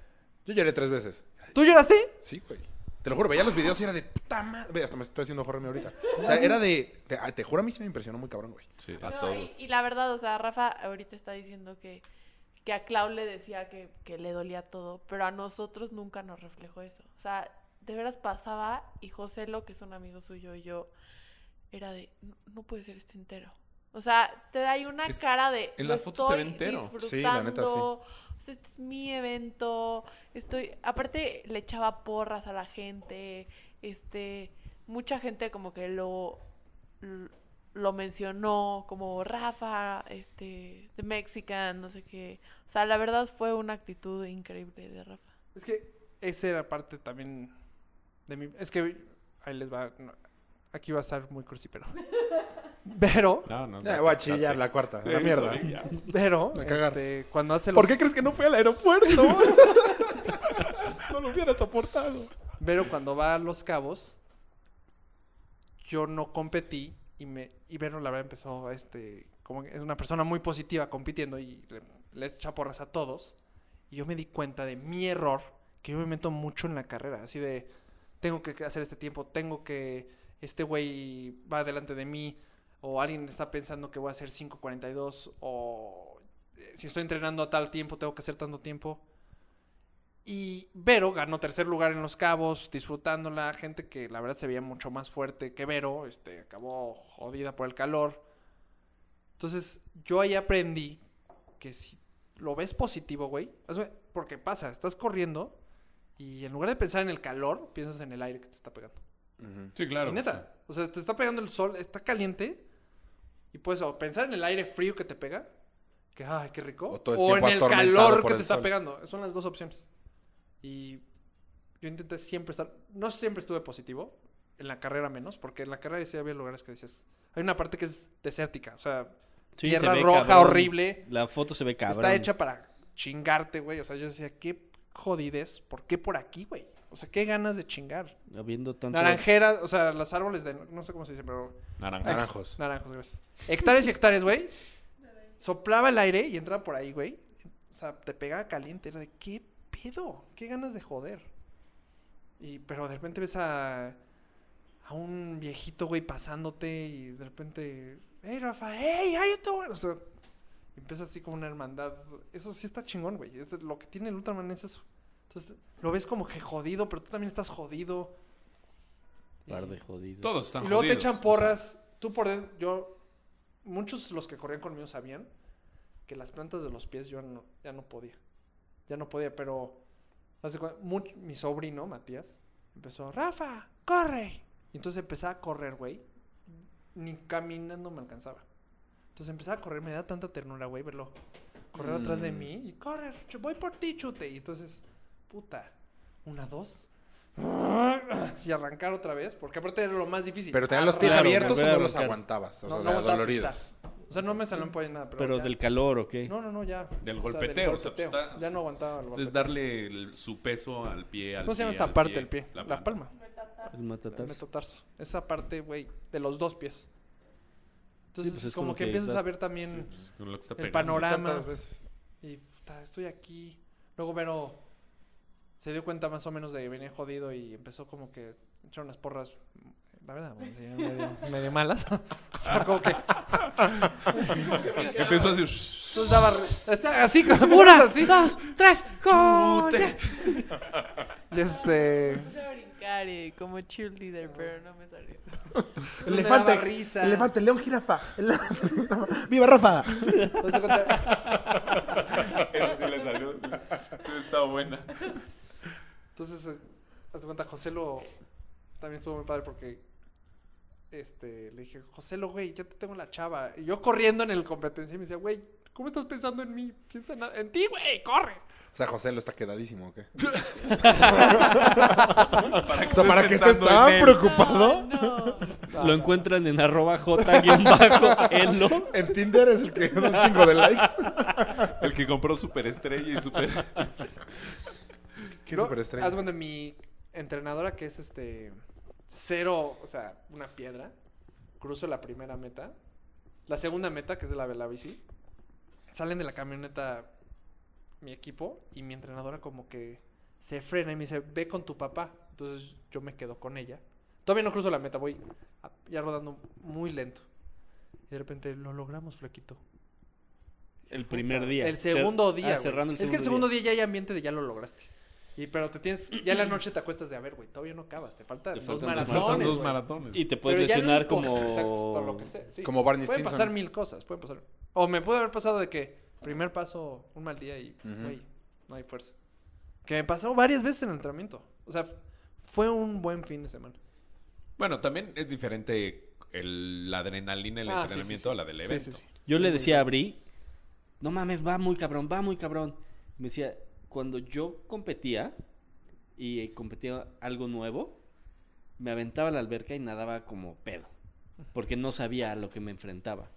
Yo lloré tres veces.
¿Tú lloraste?
Sí, güey. Te lo juro, veía los videos y era de puta madre. Ve, hasta me estoy haciendo horror ahorita. O sea, era de. Te, ah, te juro, a mí se me impresionó muy cabrón, güey.
Sí,
No,
a
y-
todos.
Y, la verdad, o sea, Rafa ahorita está diciendo que, que a Clau le decía que, que le dolía todo, pero a nosotros nunca nos reflejó eso. O sea, de veras pasaba y José Lo, que es un amigo suyo, y yo, era de, no, no puede ser este entero. O sea, te da ahí una
Es-
cara de...
en
"Lo
las fotos se ve
estoy
entero".
Sí, la neta, sí.
disfrutando, o sea, este es mi evento. Estoy... Aparte, le echaba porras a la gente. Este... Mucha gente como que lo l- lo mencionó como Rafa, este, The Mexican, no sé qué. O sea, la verdad fue una actitud increíble de Rafa.
Es que esa era parte también de mi... Es que ahí les va... no, aquí va a estar muy crucípero. Pero,
No, no,
Ya,
no,
Ah, voy a
te-
chillar la cuarta. la mierda.
pero,
A cagar.
este, cuando hace los...
¿Por qué crees que no fui al aeropuerto? no lo hubieras soportado.
Pero cuando va a Los Cabos, yo no competí y me y Vero la verdad empezó este como que es una persona muy positiva compitiendo y le, le echa porras a todos y yo me di cuenta de mi error que yo me meto mucho en la carrera así de tengo que hacer este tiempo tengo que este güey va delante de mí o alguien está pensando que voy a hacer 5.42 o eh, si estoy entrenando a tal tiempo tengo que hacer tanto tiempo y Vero ganó tercer lugar en Los Cabos, disfrutándola. Gente que la verdad se veía mucho más fuerte que Vero. Este, acabó jodida por el calor. Entonces, yo ahí aprendí que si lo ves positivo, güey. o sea, Porque pasa, estás corriendo y en lugar de pensar en el calor, piensas en el aire que te está pegando.
Sí, claro.
Y neta, o sea, te está pegando el sol, está caliente. Y puedes o pensar en el aire frío que te pega, que ay, qué rico.
O
O,
todo el
en
tiempo
el
atormentado
calor
por
que
el
te está
sol.
pegando. Son las dos opciones. Y yo intenté siempre estar. No siempre estuve positivo. En la carrera menos, porque en la carrera sí había lugares que decías. Hay una parte que es desértica, o sea,
Sí,
Tierra
se ve
roja,
cabrón.
horrible.
La foto se ve cabrón.
está hecha para chingarte, güey. O sea, yo decía, qué jodidez, ¿por qué por aquí, güey? O sea, qué ganas de chingar.
Habiendo tanto...
Naranjeras, o sea, los árboles de. No sé cómo se dice, pero.
Naranja.
Naranjos.
Naranjos, gracias. Hectáreas y hectáreas, güey. Soplaba el aire y entraba por ahí, güey. O sea, te pegaba caliente. Era de, ¿qué pedo? ¿Qué ganas de joder? Y, pero de repente ves a, a un viejito, güey, pasándote y de repente, ¡Hey, Rafa! ¡Hey, hay tú! O sea, empieza así como una hermandad. Eso sí está chingón, güey. Es lo que tiene el Ultraman es eso. Entonces, lo ves como que jodido, pero tú también estás jodido.
Par de jodidos.
Todos están
Y luego
jodidos,
te
o
echan
sea,
porras. Tú por dentro, yo, muchos los que corrían conmigo sabían que las plantas de los pies yo no- ya no podía. Ya no podía, pero haz de cuenta, mu- mi sobrino, Matías, empezó, Rafa, corre. Y entonces empezaba a correr, güey. Ni caminando me alcanzaba. Entonces empezaba a correr, me da tanta ternura, güey, verlo. Correr atrás de mí y correr, chu- voy por ti, chute. Y entonces, puta, una, dos. Y arrancar otra vez, porque aparte era lo más difícil. Ah,
Pero tenían los pies
Claro,
abiertos o
claro,
no los
claro.
aguantabas. O
No,
sea,
no aguantaba
doloridos.
pisar. O sea, no me salió en pollo nada, pero.
Pero
ya.
del calor, ¿ok?
No, no, no, ya.
Del
O sea,
golpeteo, o sea,
golpeteo.
pues, está-
Ya no aguantaba el
Entonces,
golpeteo.
darle el- su peso al pie. Al
¿Cómo se llama
pie,
esta
al
parte del pie? La,
planta.
palma.
El
El
matatarso.
metatarso. Esa parte, güey, de los dos pies. Entonces,
pues, es
como,
como
que
que
empiezas
das-
a ver
Sí,
también.
pues, con lo que está
Mm. el
pegando.
panorama.
Tantas veces.
Y puta, estoy aquí. Luego Vero se dio cuenta más o menos de que venía jodido y empezó como que echar unas porras. La verdad, bueno, sí, medio, medio malas. o
Ah.
sea, como que.
Empezó a decir.
Entonces daba. está así, como así.
¡Dos, tres, gol!
Y este.
bailar y como cheerleader, pero no me salió.
pues me daba risa.
león, jirafa. ¡Viva Rafa!
Entonces, cuenta-
Eso sí le salió. Sí, está buena.
Entonces, eh, haz de cuenta, José lo. También estuvo muy padre porque. Este, le dije, José lo, güey, ya te tengo la chava. Y yo corriendo en el competencia y me decía, güey, ¿cómo estás pensando en mí? Piensa en, en ti, güey, corre.
O sea, José lo está quedadísimo, ¿o qué?
Para
O sea, ¿para qué estás
pensando en
tan
él.
preocupado?
No, no.
Lo encuentran en arroba j guión bajo elo.
En Tinder es el que da un chingo de likes.
El que compró Superestrella y Super...
Qué
No,
superestrella.
Haz cuando mi entrenadora, que es este. Cero, o sea, una piedra. Cruzo la primera meta. La segunda meta, que es de la, de la bici. Salen de la camioneta mi equipo y mi entrenadora, como que se frena y me dice: Ve con tu papá. Entonces yo me quedo con ella. Todavía no cruzo la meta, voy a- ya rodando muy lento. Y de repente lo logramos, Flaquito.
El primer día.
El segundo día.
Ah,
güey.
cerrando el
es
segundo
que el segundo día. ya hay ambiente de ya lo lograste. Y pero te tienes, ya en la noche te acuestas de a ver, güey, todavía no acabas, te faltan
Te
dos
faltan
Nos
dos
maratones.
faltan dos
güey.
maratones.
Y te puedes
Pero ya
lesionar
no
como...
importa, exacto, por lo que sea, sí.
Como Barney
Pueden
Stinson.
pasar mil cosas, pueden pasar. O me puede haber pasado de que primer paso, un mal día y
Ujú.
güey, no hay fuerza. Que me pasó varias veces en el entrenamiento. O sea, fue un buen fin de semana.
Bueno, también es diferente el- la adrenalina del
Ah, sí, sí,
entrenamiento
sí.
a la del
Sí,
evento.
sí, sí.
Yo le decía a Bri, no mames, va muy cabrón, va muy cabrón. Y me decía, cuando yo competía y eh, competía algo nuevo, me aventaba a la alberca y nadaba como pedo, porque no sabía a lo que me enfrentaba.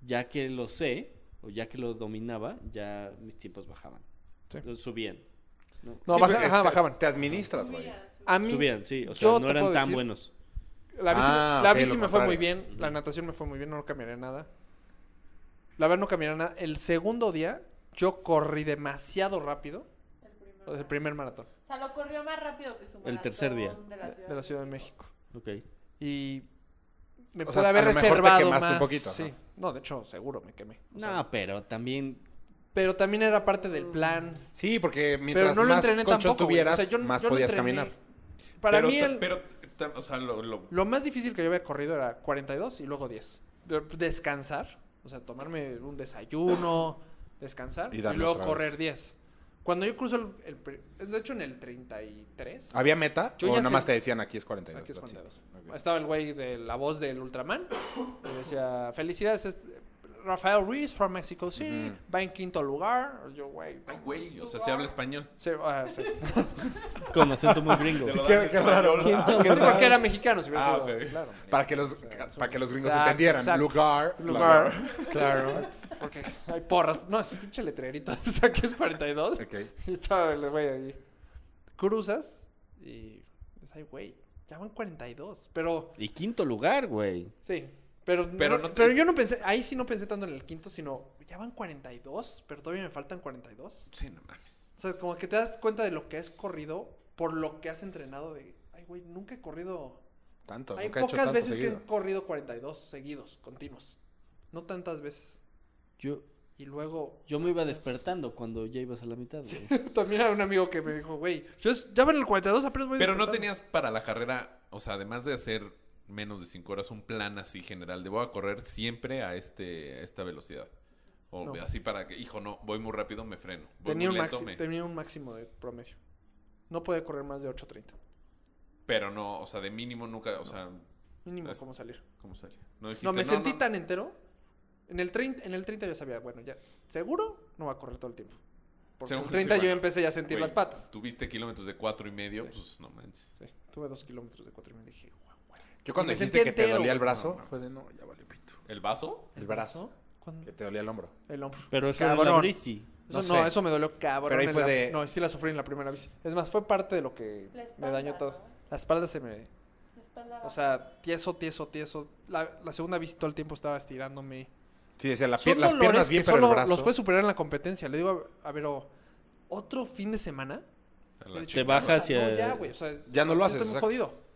Ya que lo sé, o ya que lo dominaba, ya mis tiempos bajaban.
Sí.
Subían. ¿no?
No,
Sí,
baja-
porque
ajá,
te-
bajaban.
Te administras, güey.
A mí
Subían, sí, o sea,
yo
no
te
eran
puedo
tan
decir-
buenos.
La bici,
Ah,
la
ok,
bici
lo
me fue muy
contrario.
bien, la natación me fue muy bien, no cambiaré nada. La verdad no cambiaré nada. El segundo día yo corrí demasiado rápido,
El primer
o sea, el
maratón.
primer maratón
O sea, lo corrió más rápido que su
El tercer día.
maratón De la Ciudad
de la Ciudad de México.
Ok.
Y me
O
pude
sea, a
haber
lo mejor te
reservado
quemaste un
más.
poquito,
sí.
ajá.
¿no? de hecho, seguro me quemé. o sea,
No, pero también
pero también era parte del plan.
Sí, porque
Pero
mientras
no lo
más
entrené
concho
tampoco. güey.
tuvieras,
o sea, yo,
más
yo no
podías
entrené.
caminar.
Para
pero,
mí,
ta-
el-
pero ta- o sea, lo, lo-
Lo más difícil que yo había corrido era 42 y luego 10. De- Descansar, o sea, tomarme un desayuno, descansar
Y
y,
darle
luego
otra
correr
vez.
10. Cuando yo cruzo el, el pri- De hecho, en el 33.
¿Había meta?
Yo
o
ya
nada más
sé-
te decían aquí es 42.
Aquí es 42.
Ok.
Estaba el güey de la voz del Ultraman. Y decía, felicidades, es- Rafael Ruiz from Mexico City.
Ujú.
Va en quinto lugar. Yo, güey.
Ay, güey, o sea, se habla español.
Sí, ah, sí.
con acento muy gringo.
Te lo
qué-
dan en
qué raro.
español.
Sí, porque era mexicano, si hubiera
Ah,
sido-
ok.
claro.
Para que los, para que los gringos
Exacto,
entendieran.
exacto.
Lugar.
Lugar. Claro. Porque hay porras. No, ese pinche letrerito. O sea, que es 42.
Ok.
Y estaba el güey ahí. Cruzas y. Es ahí, güey. Ya van 42. Pero.
Y quinto lugar, güey.
Sí. Pero,
Pero
no-
no te-
pero yo no pensé. Ahí sí no pensé tanto en el quinto, sino. Ya van 42. Pero todavía me faltan 42.
Sí, no mames.
O sea, como que te das cuenta de lo que has corrido por lo que has entrenado. De. Ay, güey, nunca he corrido.
Tanto.
Hay
nunca he hecho
pocas
tanto
veces
seguido.
que he corrido 42 seguidos, continuos. No tantas veces.
Yo,
Y luego
yo me iba despertando cuando ya ibas a la mitad, güey.
También hay un amigo que me dijo, güey, yo es- ya van el 42, apenas voy
Pero no
despertando".
tenías para la carrera, o sea, además de hacer menos de 5 horas, un plan así general de voy a correr siempre a este a esta velocidad. O
No.
así para que, hijo, no, voy muy rápido, me freno. Voy
Tenía un,
Pues muy lento,
maxi-
me-
tenía un máximo de promedio. No podía correr más de 8.30.
Pero no, o sea, de mínimo nunca, o sea,
Mínimo
Es-
cómo salir.
¿cómo salió? No, dijiste,
No, me sentí
no".
tan entero. En el, 30, en el 30 yo sabía, bueno, ya, seguro no va a correr todo el tiempo. Porque en el
Seguro,
30
sí,
yo
bueno.
empecé ya a sentir
Güey,
las patas.
Tuviste kilómetros de cuatro y medio,
Sí.
pues no manches.
Sí, tuve dos kilómetros de 4 y me dije, guau, güey.
Yo cuando
Me
dijiste
sentí
que te
entero,
dolía el
güey.
brazo,
No, no.
fue de no, ya vale pito.
¿El vaso?
El brazo.
¿Cuándo?
Que te dolía el hombro.
El hombro.
Pero eso era la
Cabrón.
brisi.
Eso,
No
no,
sé.
eso me dolió cabrón.
Pero ahí
en
fue
la-
de-
No, sí la sufrí en la primera bici. Es más, fue parte de lo que
La
me dañó
espalda,
todo.
¿no?
La espalda se me...
La espalda
O
baja.
sea, tieso, tieso, tieso. La, la segunda bici todo el tiempo estaba estirándome.
Sí, decía la
Son
pier- las
dolores
piernas bien,
que
pero el
solo
brazo.
los puedes superar en la competencia. Le digo, a, a ver, o- otro fin de semana.
A
Le
la
he dicho,
Te
"No,
baja
o sea,
hacia-
no, ya, güey, o sea,
Ya no lo
sí
haces,
estoy muy
exacto.
jodido.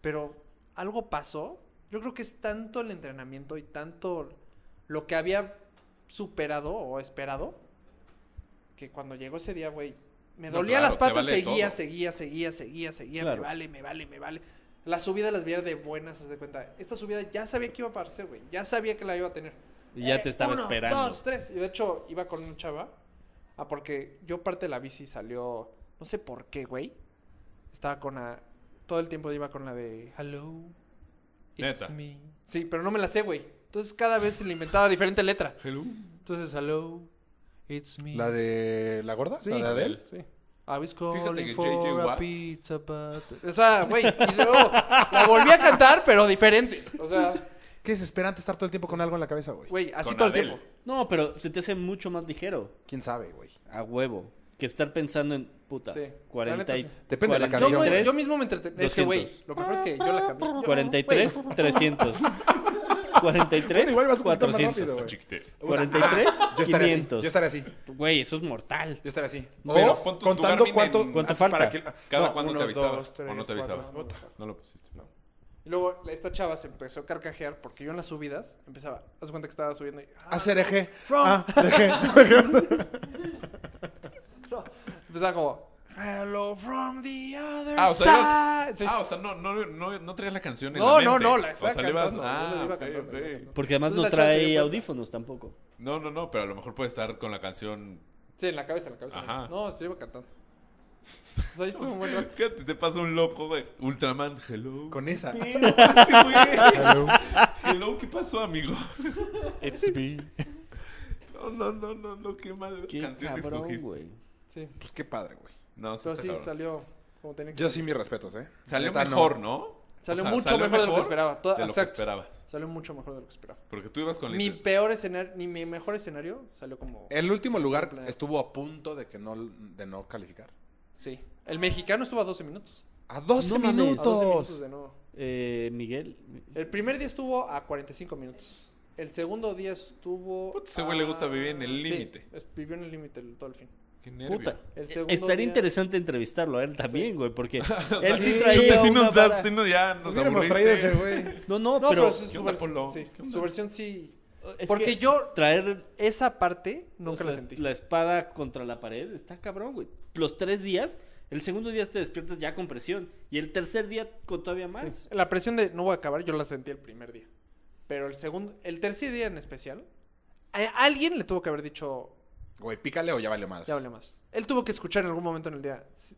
Pero algo pasó. Yo creo que es tanto el entrenamiento y tanto lo que había superado o esperado que cuando llegó ese día, güey, Me
No,
dolía
claro,
las
te
patas,
vale
seguía,
todo.
seguía, seguía, seguía, seguía,
Claro.
me vale, me vale, me vale. La subida las veía de buenas, haz de cuenta. Esta subida ya sabía que iba a aparecer, güey. Ya sabía que la iba a tener.
Y ya
Eh,
te estaba
uno,
esperando.
Dos, tres. Y de hecho, iba con un chava. Ah, porque yo parte de la bici salió. No sé por qué, güey. Estaba con la. Todo el tiempo iba con la de. Hello. It's
Neta.
me. Sí, pero no me la sé, güey. Entonces cada vez se le inventaba diferente letra.
Hello.
Entonces, hello. It's me.
¿La de la gorda?
Sí.
¿La de Adele? Sí.
I was
Fíjate
calling
que
for
J.J.
a
Watts-
pizza, but- O sea, güey, y luego la volví a cantar, pero diferente. O sea,
Qué desesperante estar todo el tiempo con algo en la cabeza, güey.
güey, así
Con
todo el
Adele.
tiempo.
No, pero se te hace mucho más ligero,
¿Quién sabe, güey?
a huevo, que estar pensando en puta.
Sí,
40 y-
la neta
Depende de la
Yo,
canción.
me-
43,
yo mismo me entretenía. Es que, güey,
200.
lo mejor es que yo la cambié. Yo-
43, 300. 43,
Bueno, igual vas un poquito más
400.
rápido, güey.
Chiquite.
43,
Yo estaré así.
500.
Yo estaré así.
Güey, eso es mortal.
Yo estaré así.
Pero
O
pon tu- tu
contando
Garmin
cuánto,
en-
¿Cuánto
así
falta?
para que-
¿Cada
No,
cuánto te
uno,
avisaba?
dos, tres,
¿O no te
cuatro.
avisaba? No lo pusiste.
Y luego la- esta chava se empezó a carcajear porque yo en las subidas empezaba. Haz cuenta que estaba subiendo y. ah,
Hacer eje.
From-
Ah, eje.
no. Empezaba como. Hello from the other
Ah, o sea,
side. Sí.
Ah, o sea, no, no, no, no traías la canción en
No,
la
no,
mente.
no, la
o
estaba
sea, le ibas-
cantando, yo la
Ah,
iba
ok,
cantando,
ok.
la iba cantando.
Porque además
Entonces
no
la chava se dio
trae
cuenta.
audífonos tampoco.
No, no, no, pero a lo mejor puede estar con la canción.
Sí, en la cabeza, en la cabeza.
Ajá.
No, se iba cantando. O sea, ahí estuvo un buen rato.
Fíjate, te pasa un loco, güey. Ultraman, hello.
Con esa.
Este güey. hello, ¿qué pasó, amigo?
It's me.
No, no, no, no, no, qué mal
Qué
canción
cabrón,
escogiste.
güey.
Sí.
Pues qué padre, güey.
No, sí
Pero
está
sí
Este, cabrón.
salió como tenía que
Yo sí mis respetos, ¿eh?
Salió
Neta, no.
mejor, ¿no?
Salió
O sea,
mucho mejor, de lo que esperaba. Toda-
de lo que
exacto.
esperabas.
Salió mucho mejor de lo que esperaba.
Porque tú ibas con Eh. la
Mi
inten-
peor escenario, ni mi mejor escenario salió como.
El último lugar estuvo a punto de que no de no calificar.
Sí. El mexicano estuvo a 12 minutos.
A 12
No
A 12
mames.
minutos
minutos.
de nuevo.
Eh, Miguel.
El primer día estuvo a 45 minutos. El segundo día estuvo.
Puta, ese güey le gusta vivir en el
Sí,
límite.
es- vivió en el límite el- todo el fin.
Qué nervio.
Puta.
El
eh,
segundo
Estaría
día-
interesante entrevistarlo a él también, güey, porque
O sea,
él sí
chute,
traía
sí
una
nos da-
vara.
sí nos- ya nos
Hubiéramos
aburriste.
traído ese, güey.
No, no,
No, pero,
pero
su,
¿Qué onda,
vers-
Polo?
sí,
¿Qué onda?
su versión sí.
es
Porque
que
yo
traer
esa parte
o
nunca
sea,
la sentí.
espada contra la pared está cabrón, güey. Los tres días, el segundo día te despiertas ya con presión y el tercer día con todavía
Ah,
más.
La presión de no voy a acabar, yo la sentí el primer día. Pero el segundo, el tercer día en especial, a alguien le tuvo que haber dicho,
Güey, pícale o ya vale madre.
ya hablé más. Él tuvo que escuchar en algún momento en el día, "Sí,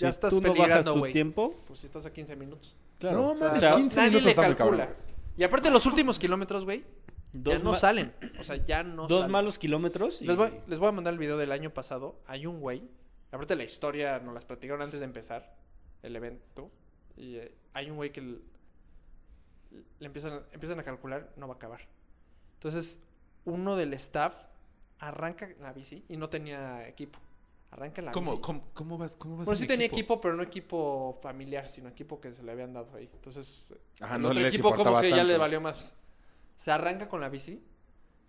Ya estás
tú no bajas
peligrando,
tu
güey.
tiempo,
pues si estás a 15 minutos.
claro.
No,
o sea,
mames,
O sea,
15
nadie
minutos
le
está muy
calcula.
cabrón.
Y aparte los últimos kilómetros, güey, ya
dos
no
ma-
salen. O sea, ya no
dos
salen.
malos kilómetros y
Les voy, les voy a mandar el video del año pasado. Hay un güey. Aparte la historia nos las platicaron antes de empezar el evento. Y eh, hay un güey que l- le empiezan, empiezan a calcular, no va a acabar. Entonces, uno del staff arranca la bici y no tenía equipo. Arranca la
¿Cómo,
bici.
cómo, cómo vas? ¿Cómo vas
Bueno,
sin
sí tenía equipo, pero no equipo familiar, sino equipo que se le habían dado ahí. Entonces,
Ajá, Ah,
el
no
otro
les
equipo como
importaba
que ya
tanto.
le valió más. Se arranca con la bici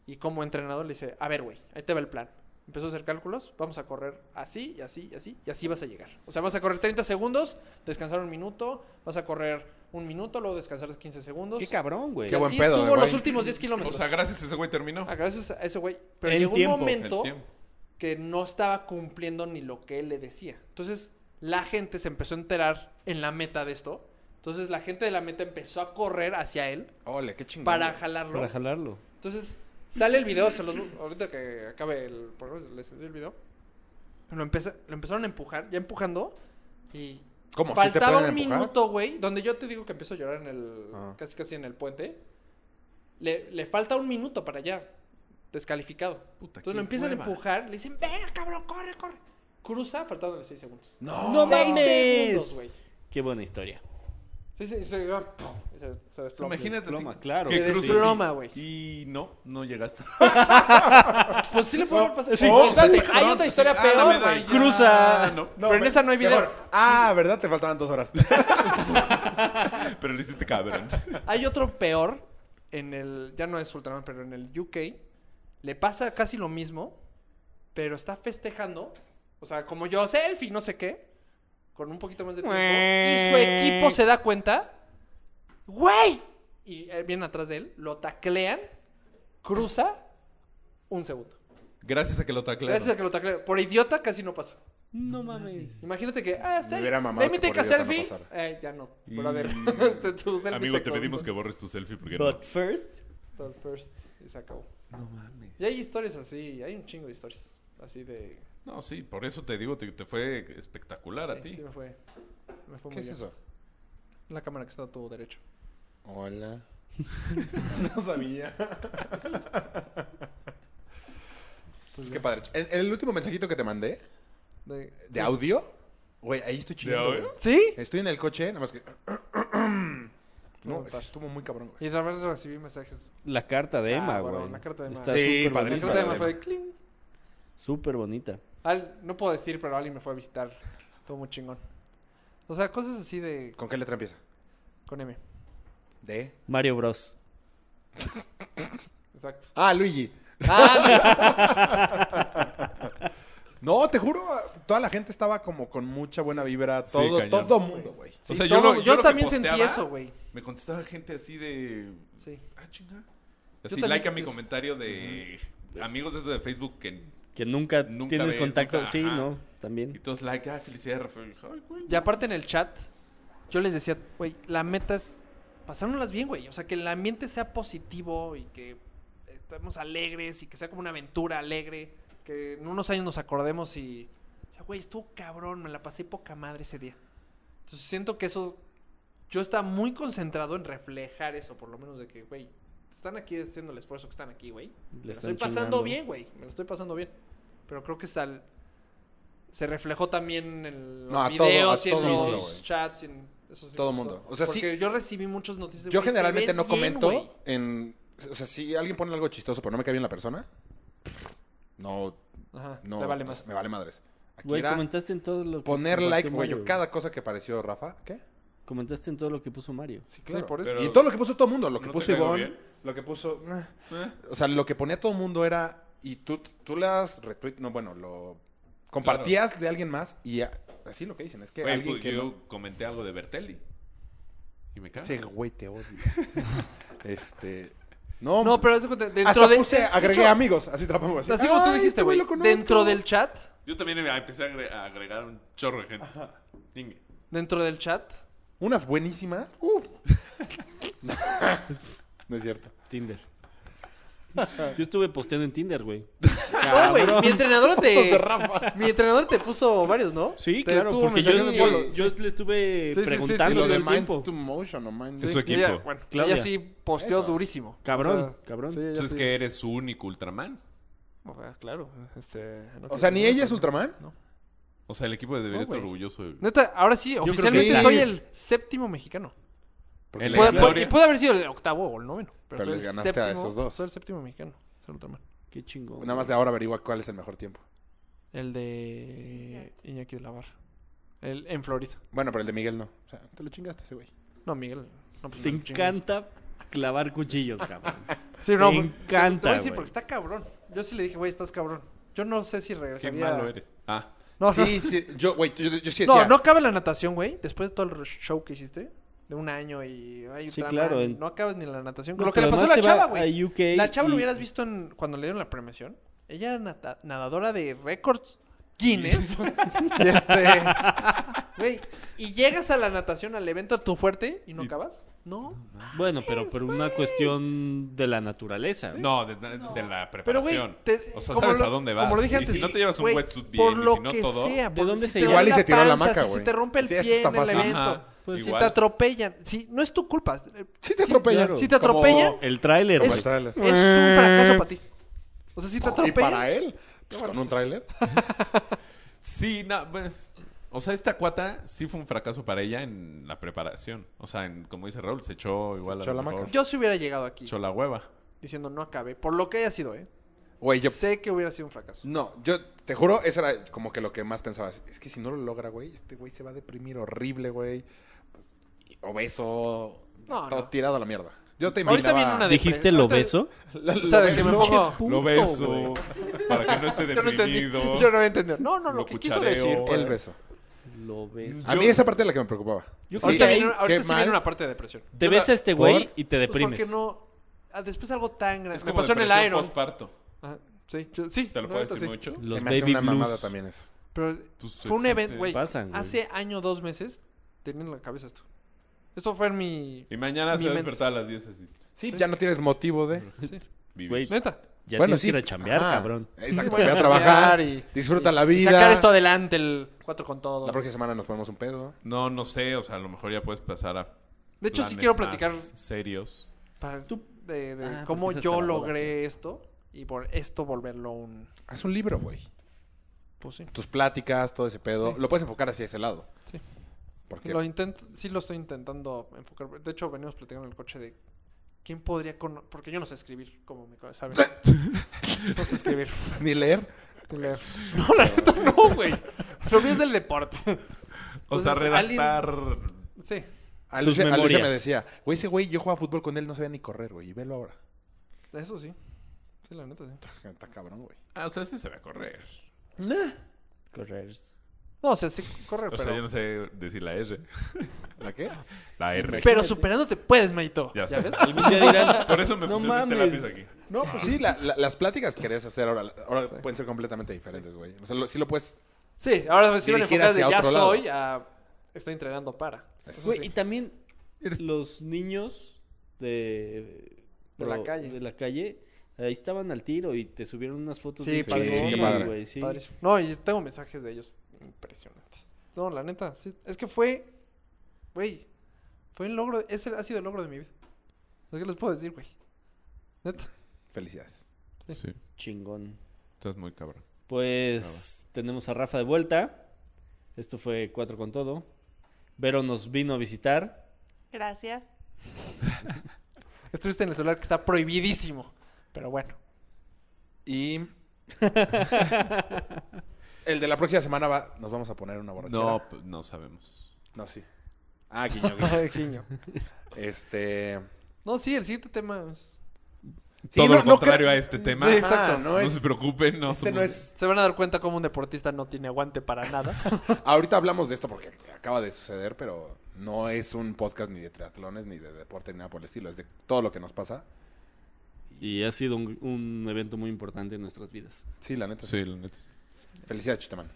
y como entrenador le dice, a ver, güey, ahí te va el plan. Empezó a hacer cálculos, vamos a correr así y así y así y así vas a llegar. O sea, vas a correr 30 segundos, descansar un minuto, vas a correr un minuto, luego descansar 15 segundos.
Qué cabrón, güey.
Qué
Y
buen
así
pedo,
estuvo
güey.
los últimos 10
O
kilómetros.
sea, gracias a ese güey terminó.
Ah, gracias a ese güey. Pero
El
llegó
tiempo.
un momento
El tiempo.
que no estaba cumpliendo ni lo que él le decía. Entonces, la gente se empezó a enterar en la meta de esto. Entonces, la gente de la meta empezó a correr hacia él
Ole, qué chingón.
para
güey.
jalarlo.
Para jalarlo.
Entonces, sale el video, se los, ahorita que acabe el programa, les envío el video. Lo, empeza- lo empezaron a empujar, ya empujando. Y
¿Cómo? ¿Sí te
faltaba
pueden
un
empujar?
minuto, güey, donde yo te digo que empiezo a llorar en el,
Ajá.
casi casi en el puente. Le, le falta un minuto para allá, descalificado.
Puta,
Entonces
qué
lo empiezan
hueva.
a empujar, le dicen, venga, cabrón, corre, corre. Cruza, faltándole 6 segundos.
No.
¡No
Seis
mames!
segundos, güey.
Qué buena historia.
Sí, sí, se, iba, pum, y se, se
O sea,
desploma.
imagínate
desploma,
así,
claro.
que
Se
cruces
desploma,
y-
güey.
Y no, no llegaste.
Pues sí le puedo pasar.
sí.
O
O sea,
sea,
está
hay
cabrón,
otra
así,
historia
pues
ah, la
peor,
medalla,
güey.
Cruza.
No,
Pero en esa no hay video.
Mejor. Ah, ¿verdad? Te faltaban dos horas.
pero lo hiciste cabrón.
Hay otro peor en el. Ya no es Ultraman, pero en el UK. Le pasa casi lo mismo, pero está festejando. O sea, como yo, selfie, no sé qué. Con un poquito más de tiempo. Y su equipo se da cuenta. ¡Güey! Y eh, vienen atrás de él, lo taclean, cruza un segundo.
Gracias a que lo taclearon.
Gracias a que lo taclearon. Por idiota casi no pasa.
No mames.
Imagínate que, ah,
Me
sí,
hubiera
let
mamado
me
que
take a
por idiota no
selfie.
pasara.
eh, ya no, brother.
Mm.
Tu selfie
Amigo, te
contó.
pedimos que borres tu selfie porque no.
But first.
But first, y se acabó.
No mames.
Y hay historias así, hay un chingo de historias. Así de.
No, sí, por eso te digo, te, te fue espectacular a
sí,
ti.
sí me fue. Me fue
¿Qué
muy
es
bien.
eso?
La cámara que está a tu derecho.
Hola. no sabía. Pues qué padre. El, el último mensajito que te mandé,
De-
de audio, güey, ahí estoy chillando.
audio?
güey.
¿Sí?
Estoy en el coche, nada más que. No,
Puedo notar.
estuvo muy cabrón, güey.
Y de repente recibí mensajes.
La carta de
Ah,
Emma,
bueno,
güey.
la carta de Emma.
Está
Sí,
súper
La
padrísimo.
bonita.
carta de Emma
de
fue de cling.
Súper bonita.
Al- no puedo decir, pero alguien me fue a visitar. Todo muy chingón. O sea, cosas así de.
¿Con qué letra empieza?
Con M.
De.
Mario Bros.
Exacto. Ah,
Ah, Luigi. No, te juro, toda la gente estaba como con mucha buena vibra.
Sí,
Todo,
cañón.
todo mundo, güey.
o sea,
Sí,
yo,
todo-
lo- yo,
yo
lo que
también sentí
posteaba,
eso, güey.
Me contestaba gente así de.
Sí.
Ah, chinga. Así,
también
like a
sentí
mi
eso.
comentario de amigos de, esos de Facebook que.
Que nunca,
Nunca
tienes
ves,
contacto.
nunca,
sí,
ajá.
no,
Y
también.
todos, like, ah, felicidades, Rafael. Ay, güey.
Y aparte en el chat, yo les decía, güey, la meta es pasárnoslas bien, güey. O sea, que el ambiente sea positivo y que estemos alegres y que sea como una aventura alegre. Que en unos años nos acordemos y... O sea, güey, estuvo cabrón, me la pasé poca madre ese día. Entonces siento que eso... Yo estaba muy concentrado en reflejar eso, por lo menos de que, güey, están aquí haciendo el esfuerzo que están aquí, güey.
Le
Me la
están
estoy pasando
chingando.
bien, güey. Me lo estoy pasando bien. Pero creo que sal- se reflejó también en los
No, a todo- a
videos y en
todo
los
mundo, güey.
chats y en eso sí
Todo
me gustó.
mundo. O sea, sí-
Porque yo recibí muchas noticias. de,
Yo
güey, te
generalmente
ves
no
bien,
comento
güey.
en... O sea, si alguien pone algo chistoso pero no me cae bien la persona, no...
Ajá,
no
te vale más.
Me vale madres. Aquí
Güey,
era
comentaste en todo lo que.
poner
compartió
like, güey.
Mario,
yo Cada cosa que pareció Rafa, ¿qué?
Comentaste en todo lo que puso Mario.
Sí,
por eso.
Pero-
Y todo lo que puso todo el mundo. Lo que
¿No te
puso
caigo
Ivonne,
bien?
lo que puso... ah.
Eh,
O sea, lo que ponía todo el mundo era... Y tú, tú le das retweet... No, bueno, lo... Compartías de alguien más y a- así lo que dicen. Es que
güey,
alguien
pues,
que
yo
no-
comenté algo de Bertelli. Y me cago.
Ese güey te odia. este... No,
No, pero eso, dentro
Hasta
de...
puse,
de hecho,
agregué amigos. Así te la pongo así.
así como tú
Ay,
dijiste,
este
güey.
lo conozco.
Dentro del chat,
Yo también eh, empecé a agre- a agregar un chorro de gente. Inge.
dentro del chat,
Unas buenísimas. Uf. no es cierto.
Tinder. Yo estuve posteando en Tinder, güey.
No, güey, mi entrenador te... mi entrenador te puso varios, ¿no?
Sí,
Te
claro,
tuvo
porque yo,
mensajeando
yo-
varios.
yo le estuve
Sí, sí, sí,
Ah,
preguntando
sí,
lo
todo
de
el
Mind
tiempo.
to Motion o Mind
Es
Sí.
su
Y ella,
equipo.
bueno,
Claudia.
ella sí posteó
Eso.
durísimo.
Cabrón, cabrón.
ella
Pues es
sí.
que eres su único Ultraman.
O sea, claro. Este,
O
no creo
sea,
que-
ni ella es Ultraman.
O sea, el equipo debería
No,
estar
güey.
orgulloso de.
Neta, ahora sí,
creo
oficialmente
que sí.
soy el séptimo mexicano.
Porque
El
le
Puede,
Puedo-
ganaste.
historia.
puede- puede haber sido el octavo o el noveno. Pero,
Pero
soy
les
el
ganaste a
séptimo,
esos dos.
Soy el séptimo mexicano. Soy Ultraman.
Qué chingón.
Nada más de ahora averigua cuál es el mejor tiempo.
El de Iñaki de la Barra. El, en Florida.
Bueno, pero el de Miguel no. O sea, te lo chingaste ese güey.
No, Miguel. No, pues,
Te
no, chingue.
encanta clavar cuchillos, cabrón.
Sí, no,
te
pues,
encanta,
Te voy a decir
güey.
porque está cabrón. Yo sí le dije, güey, estás cabrón. Yo no sé si
Qué
regresaría.
malo eres. Ah,
No, no.
Sí, sí. Yo, güey, yo, yo sí
No,
decía.
no cabe la natación, güey. Después de todo el show que hiciste, de un año y. ay,
Sí,
drama,
claro, en-
No acabas ni la natación.
No,
lo que le
pero
pasó a
además
la
se va
chava,
a
güey.
UK
La chava
y-
lo hubieras visto en, cuando le dieron la premiación. Ella era nata- nadadora de récords Guinness. y este. Güey, y llegas a la natación, al evento tu fuerte y no acabas. No.
Bueno, pero por una cuestión de la naturaleza.
no, de, de- de la
Pero, güey.
preparación.
te-
o sea,
como
sabes
lo-
a dónde vas.
Como lo dije
y
antes.
si no te llevas un
güey,
wetsuit bien,
por
y
lo
si no
que
todo.
sea,
¿De
por-
dónde
si te
se llama?
duele
Igual y se tiró la
panza,
maca,
Si
güey.
se te rompe el
Sí, esto
pie
está
en el
fácil.
evento.
Ajá,
Pues
Si
igual.
te atropellan, si no es tu culpa. eh,
Sí te atropellan.
claro.
Si te atropellan,
Como-
El tráiler,
Como
güey.
el tráiler.
es un fracaso para ti. O sea, si te
Y
atropellan.
para él, pues, con un tráiler.
Sí, no, pues. O sea, esta cuata sí fue un fracaso para ella en la preparación. O sea, en, como dice Raúl, se echó igual
echó
a lo
la
mejor,
maca.
Yo si hubiera llegado aquí
Echó la hueva.
diciendo no acabé, por lo que haya sido, ¿eh?
Güey, yo.
Sé que hubiera sido un fracaso.
No, yo te juro, eso era como que lo que más pensaba. Es que si no lo logra, güey, este güey se va a deprimir horrible, güey. Obeso.
No,
todo
no.
tirado a la mierda. Yo te
Ahorita
imaginaba...
viene una de-
¿Dijiste lo beso?
La-
O sea,
lo
de que me
beso.
pongo-
lo beso. Para que no esté
Yo no entendí.
deprimido.
Yo no había entendido. No, no, lo,
Lo
que quiso
cuchareo.
decir. fue-
El beso.
Lo beso.
A
Yo-
mí esa parte es la que me preocupaba.
Yo creo
Ahorita,
que
Sí,
viene, ahorita
qué
sí
mal.
viene una parte de depresión.
Te ves a este güey
¿Por?
y te
Pues porque
deprimes.
no. ah, Después algo tan grande.
Es
Me
como
pasó en el
depresión
Iron.
postparto.
Ajá, Sí, yo- sí.
¿Te lo
la
puedo
neta,
decir
sí.
mucho?
Los
Se me hace
baby
una
blues.
mamada también eso.
Pero
Pues,
fue un
existe.
evento, güey.
Pasan, güey.
Hace año, dos meses, tenía en la cabeza esto. Esto fue en mi...
Y mañana
Mi
se va a
mente.
despertar a las 10 así.
Sí, ya no tienes motivo de.
Vives.
Güey,
Neta.
Ya
bueno, Ah.
tienes que ir a chambear,
Ajá.
cabrón.
Exacto,
Voy a
voy a trabajar.
chambear y-
Disfruta
y-
la
y
vida.
sacar esto adelante, el 4 con todo.
La próxima semana nos ponemos un pedo.
No, no sé, o sea, a lo mejor ya puedes pasar a.
De hecho, sí
planes
quiero
más
platicar
Serios.
para- de, de
Ah, porque
cómo
es hasta
yo
la boda,
logré esto y por esto volverlo un...
Haz un libro, güey.
Pues sí.
Tus pláticas, todo ese pedo.
Sí.
Lo puedes enfocar hacia ese lado.
Sí.
Porque
Lo intento, sí lo estoy intentando enfocar. De hecho, venimos platicando en el coche de quién podría cono- Porque yo no sé escribir, como me co- sabes. no sé escribir.
ni leer.
ni leer. No, la neta no, güey. Lo mío es del deporte.
O sea,
Entonces, alguien-
redactar.
Sí.
A
Sus
Lucia, a Lucia
memorias.
me decía, güey, ese güey, yo jugaba fútbol con él, no sabía ni correr, güey. Y velo ahora.
Eso sí. Sí, la neta sí.
Está cabrón, güey.
Ah, o sea, sí se va a correr.
Correr.
No, o sea, sí corre,
O
pero.
sea, yo no sé decir la R.
¿La qué?
La R.
Pero superándote puedes, Maito.
Ya
Ya,
sé.
ves.
Algún día dirán,
Por eso me
No
puse este
mames.
lápiz aquí.
No, pues sí, la- la- las pláticas que querías hacer ahora, ahora pueden ser completamente diferentes, güey. O sea, lo- sí lo puedes...
Sí, ahora sí me
Dirigir
enfocas de
hacia
ya
otro lado.
soy a. Estoy entrenando para. Eso
Güey,
sí.
y también los niños de...
De la
o-
calle.
De la calle, ahí estaban al tiro y te subieron unas fotos.
Sí,
bien
padre.
chingonas,
Sí, padre.
güey, sí.
Padrísimo. No, y tengo mensajes de ellos impresionantes. No, la neta, sí. Es que fue, güey, fue el logro, ese ha sido el logro de mi vida. ¿Qué les puedo decir, güey? Neta.
Felicidades.
Sí,
Chingón.
estás muy cabrón.
Pues tenemos a Rafa de vuelta. Esto fue Cuatro con Todo. Vero nos vino a visitar.
Gracias.
Estuviste en el celular que está prohibidísimo. Pero bueno.
Y... el de la próxima semana va... Nos vamos a poner una borrachera.
No, p- no sabemos.
No, sí. Ah, guiño, guiño.
Ay, guiño.
Este...
No, sí, el siguiente tema es-
Sí,
Todo
no-
lo
no
contrario
cre-
a este tema.
Sí,
Ajá,
exacto.
no
no
es...
se preocupen, no
este no
somos-
es...
Se van a dar cuenta cómo un deportista no tiene aguante para nada.
Ahorita hablamos de esto porque acaba de suceder, pero no es un podcast ni de triatlones, ni de deporte, ni nada por el estilo. Es de todo lo que nos pasa.
Y ha sido un, un evento muy importante en nuestras vidas.
Sí, la neta.
Sí, la neta.
Felicidades, Chutaman.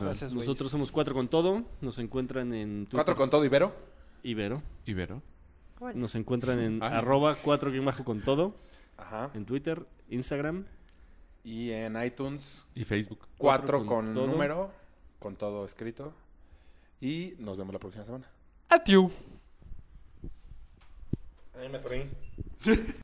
Gracias, güey.
Nosotros somos Cuatro con Todo. Nos encuentran en Twitter.
Cuatro con todo, Ibero.
Ibero.
Ibero.
Bueno.
Nos encuentran
Ah,
en
Ay.
arroba cuatro guión bajo con todo.
Ajá.
En Twitter, Instagram.
Y en iTunes,
Y Facebook.
cuatro
Cuatro con
con
todo.
número, con todo escrito. Y nos vemos la próxima semana.
Adiós.
Ahí me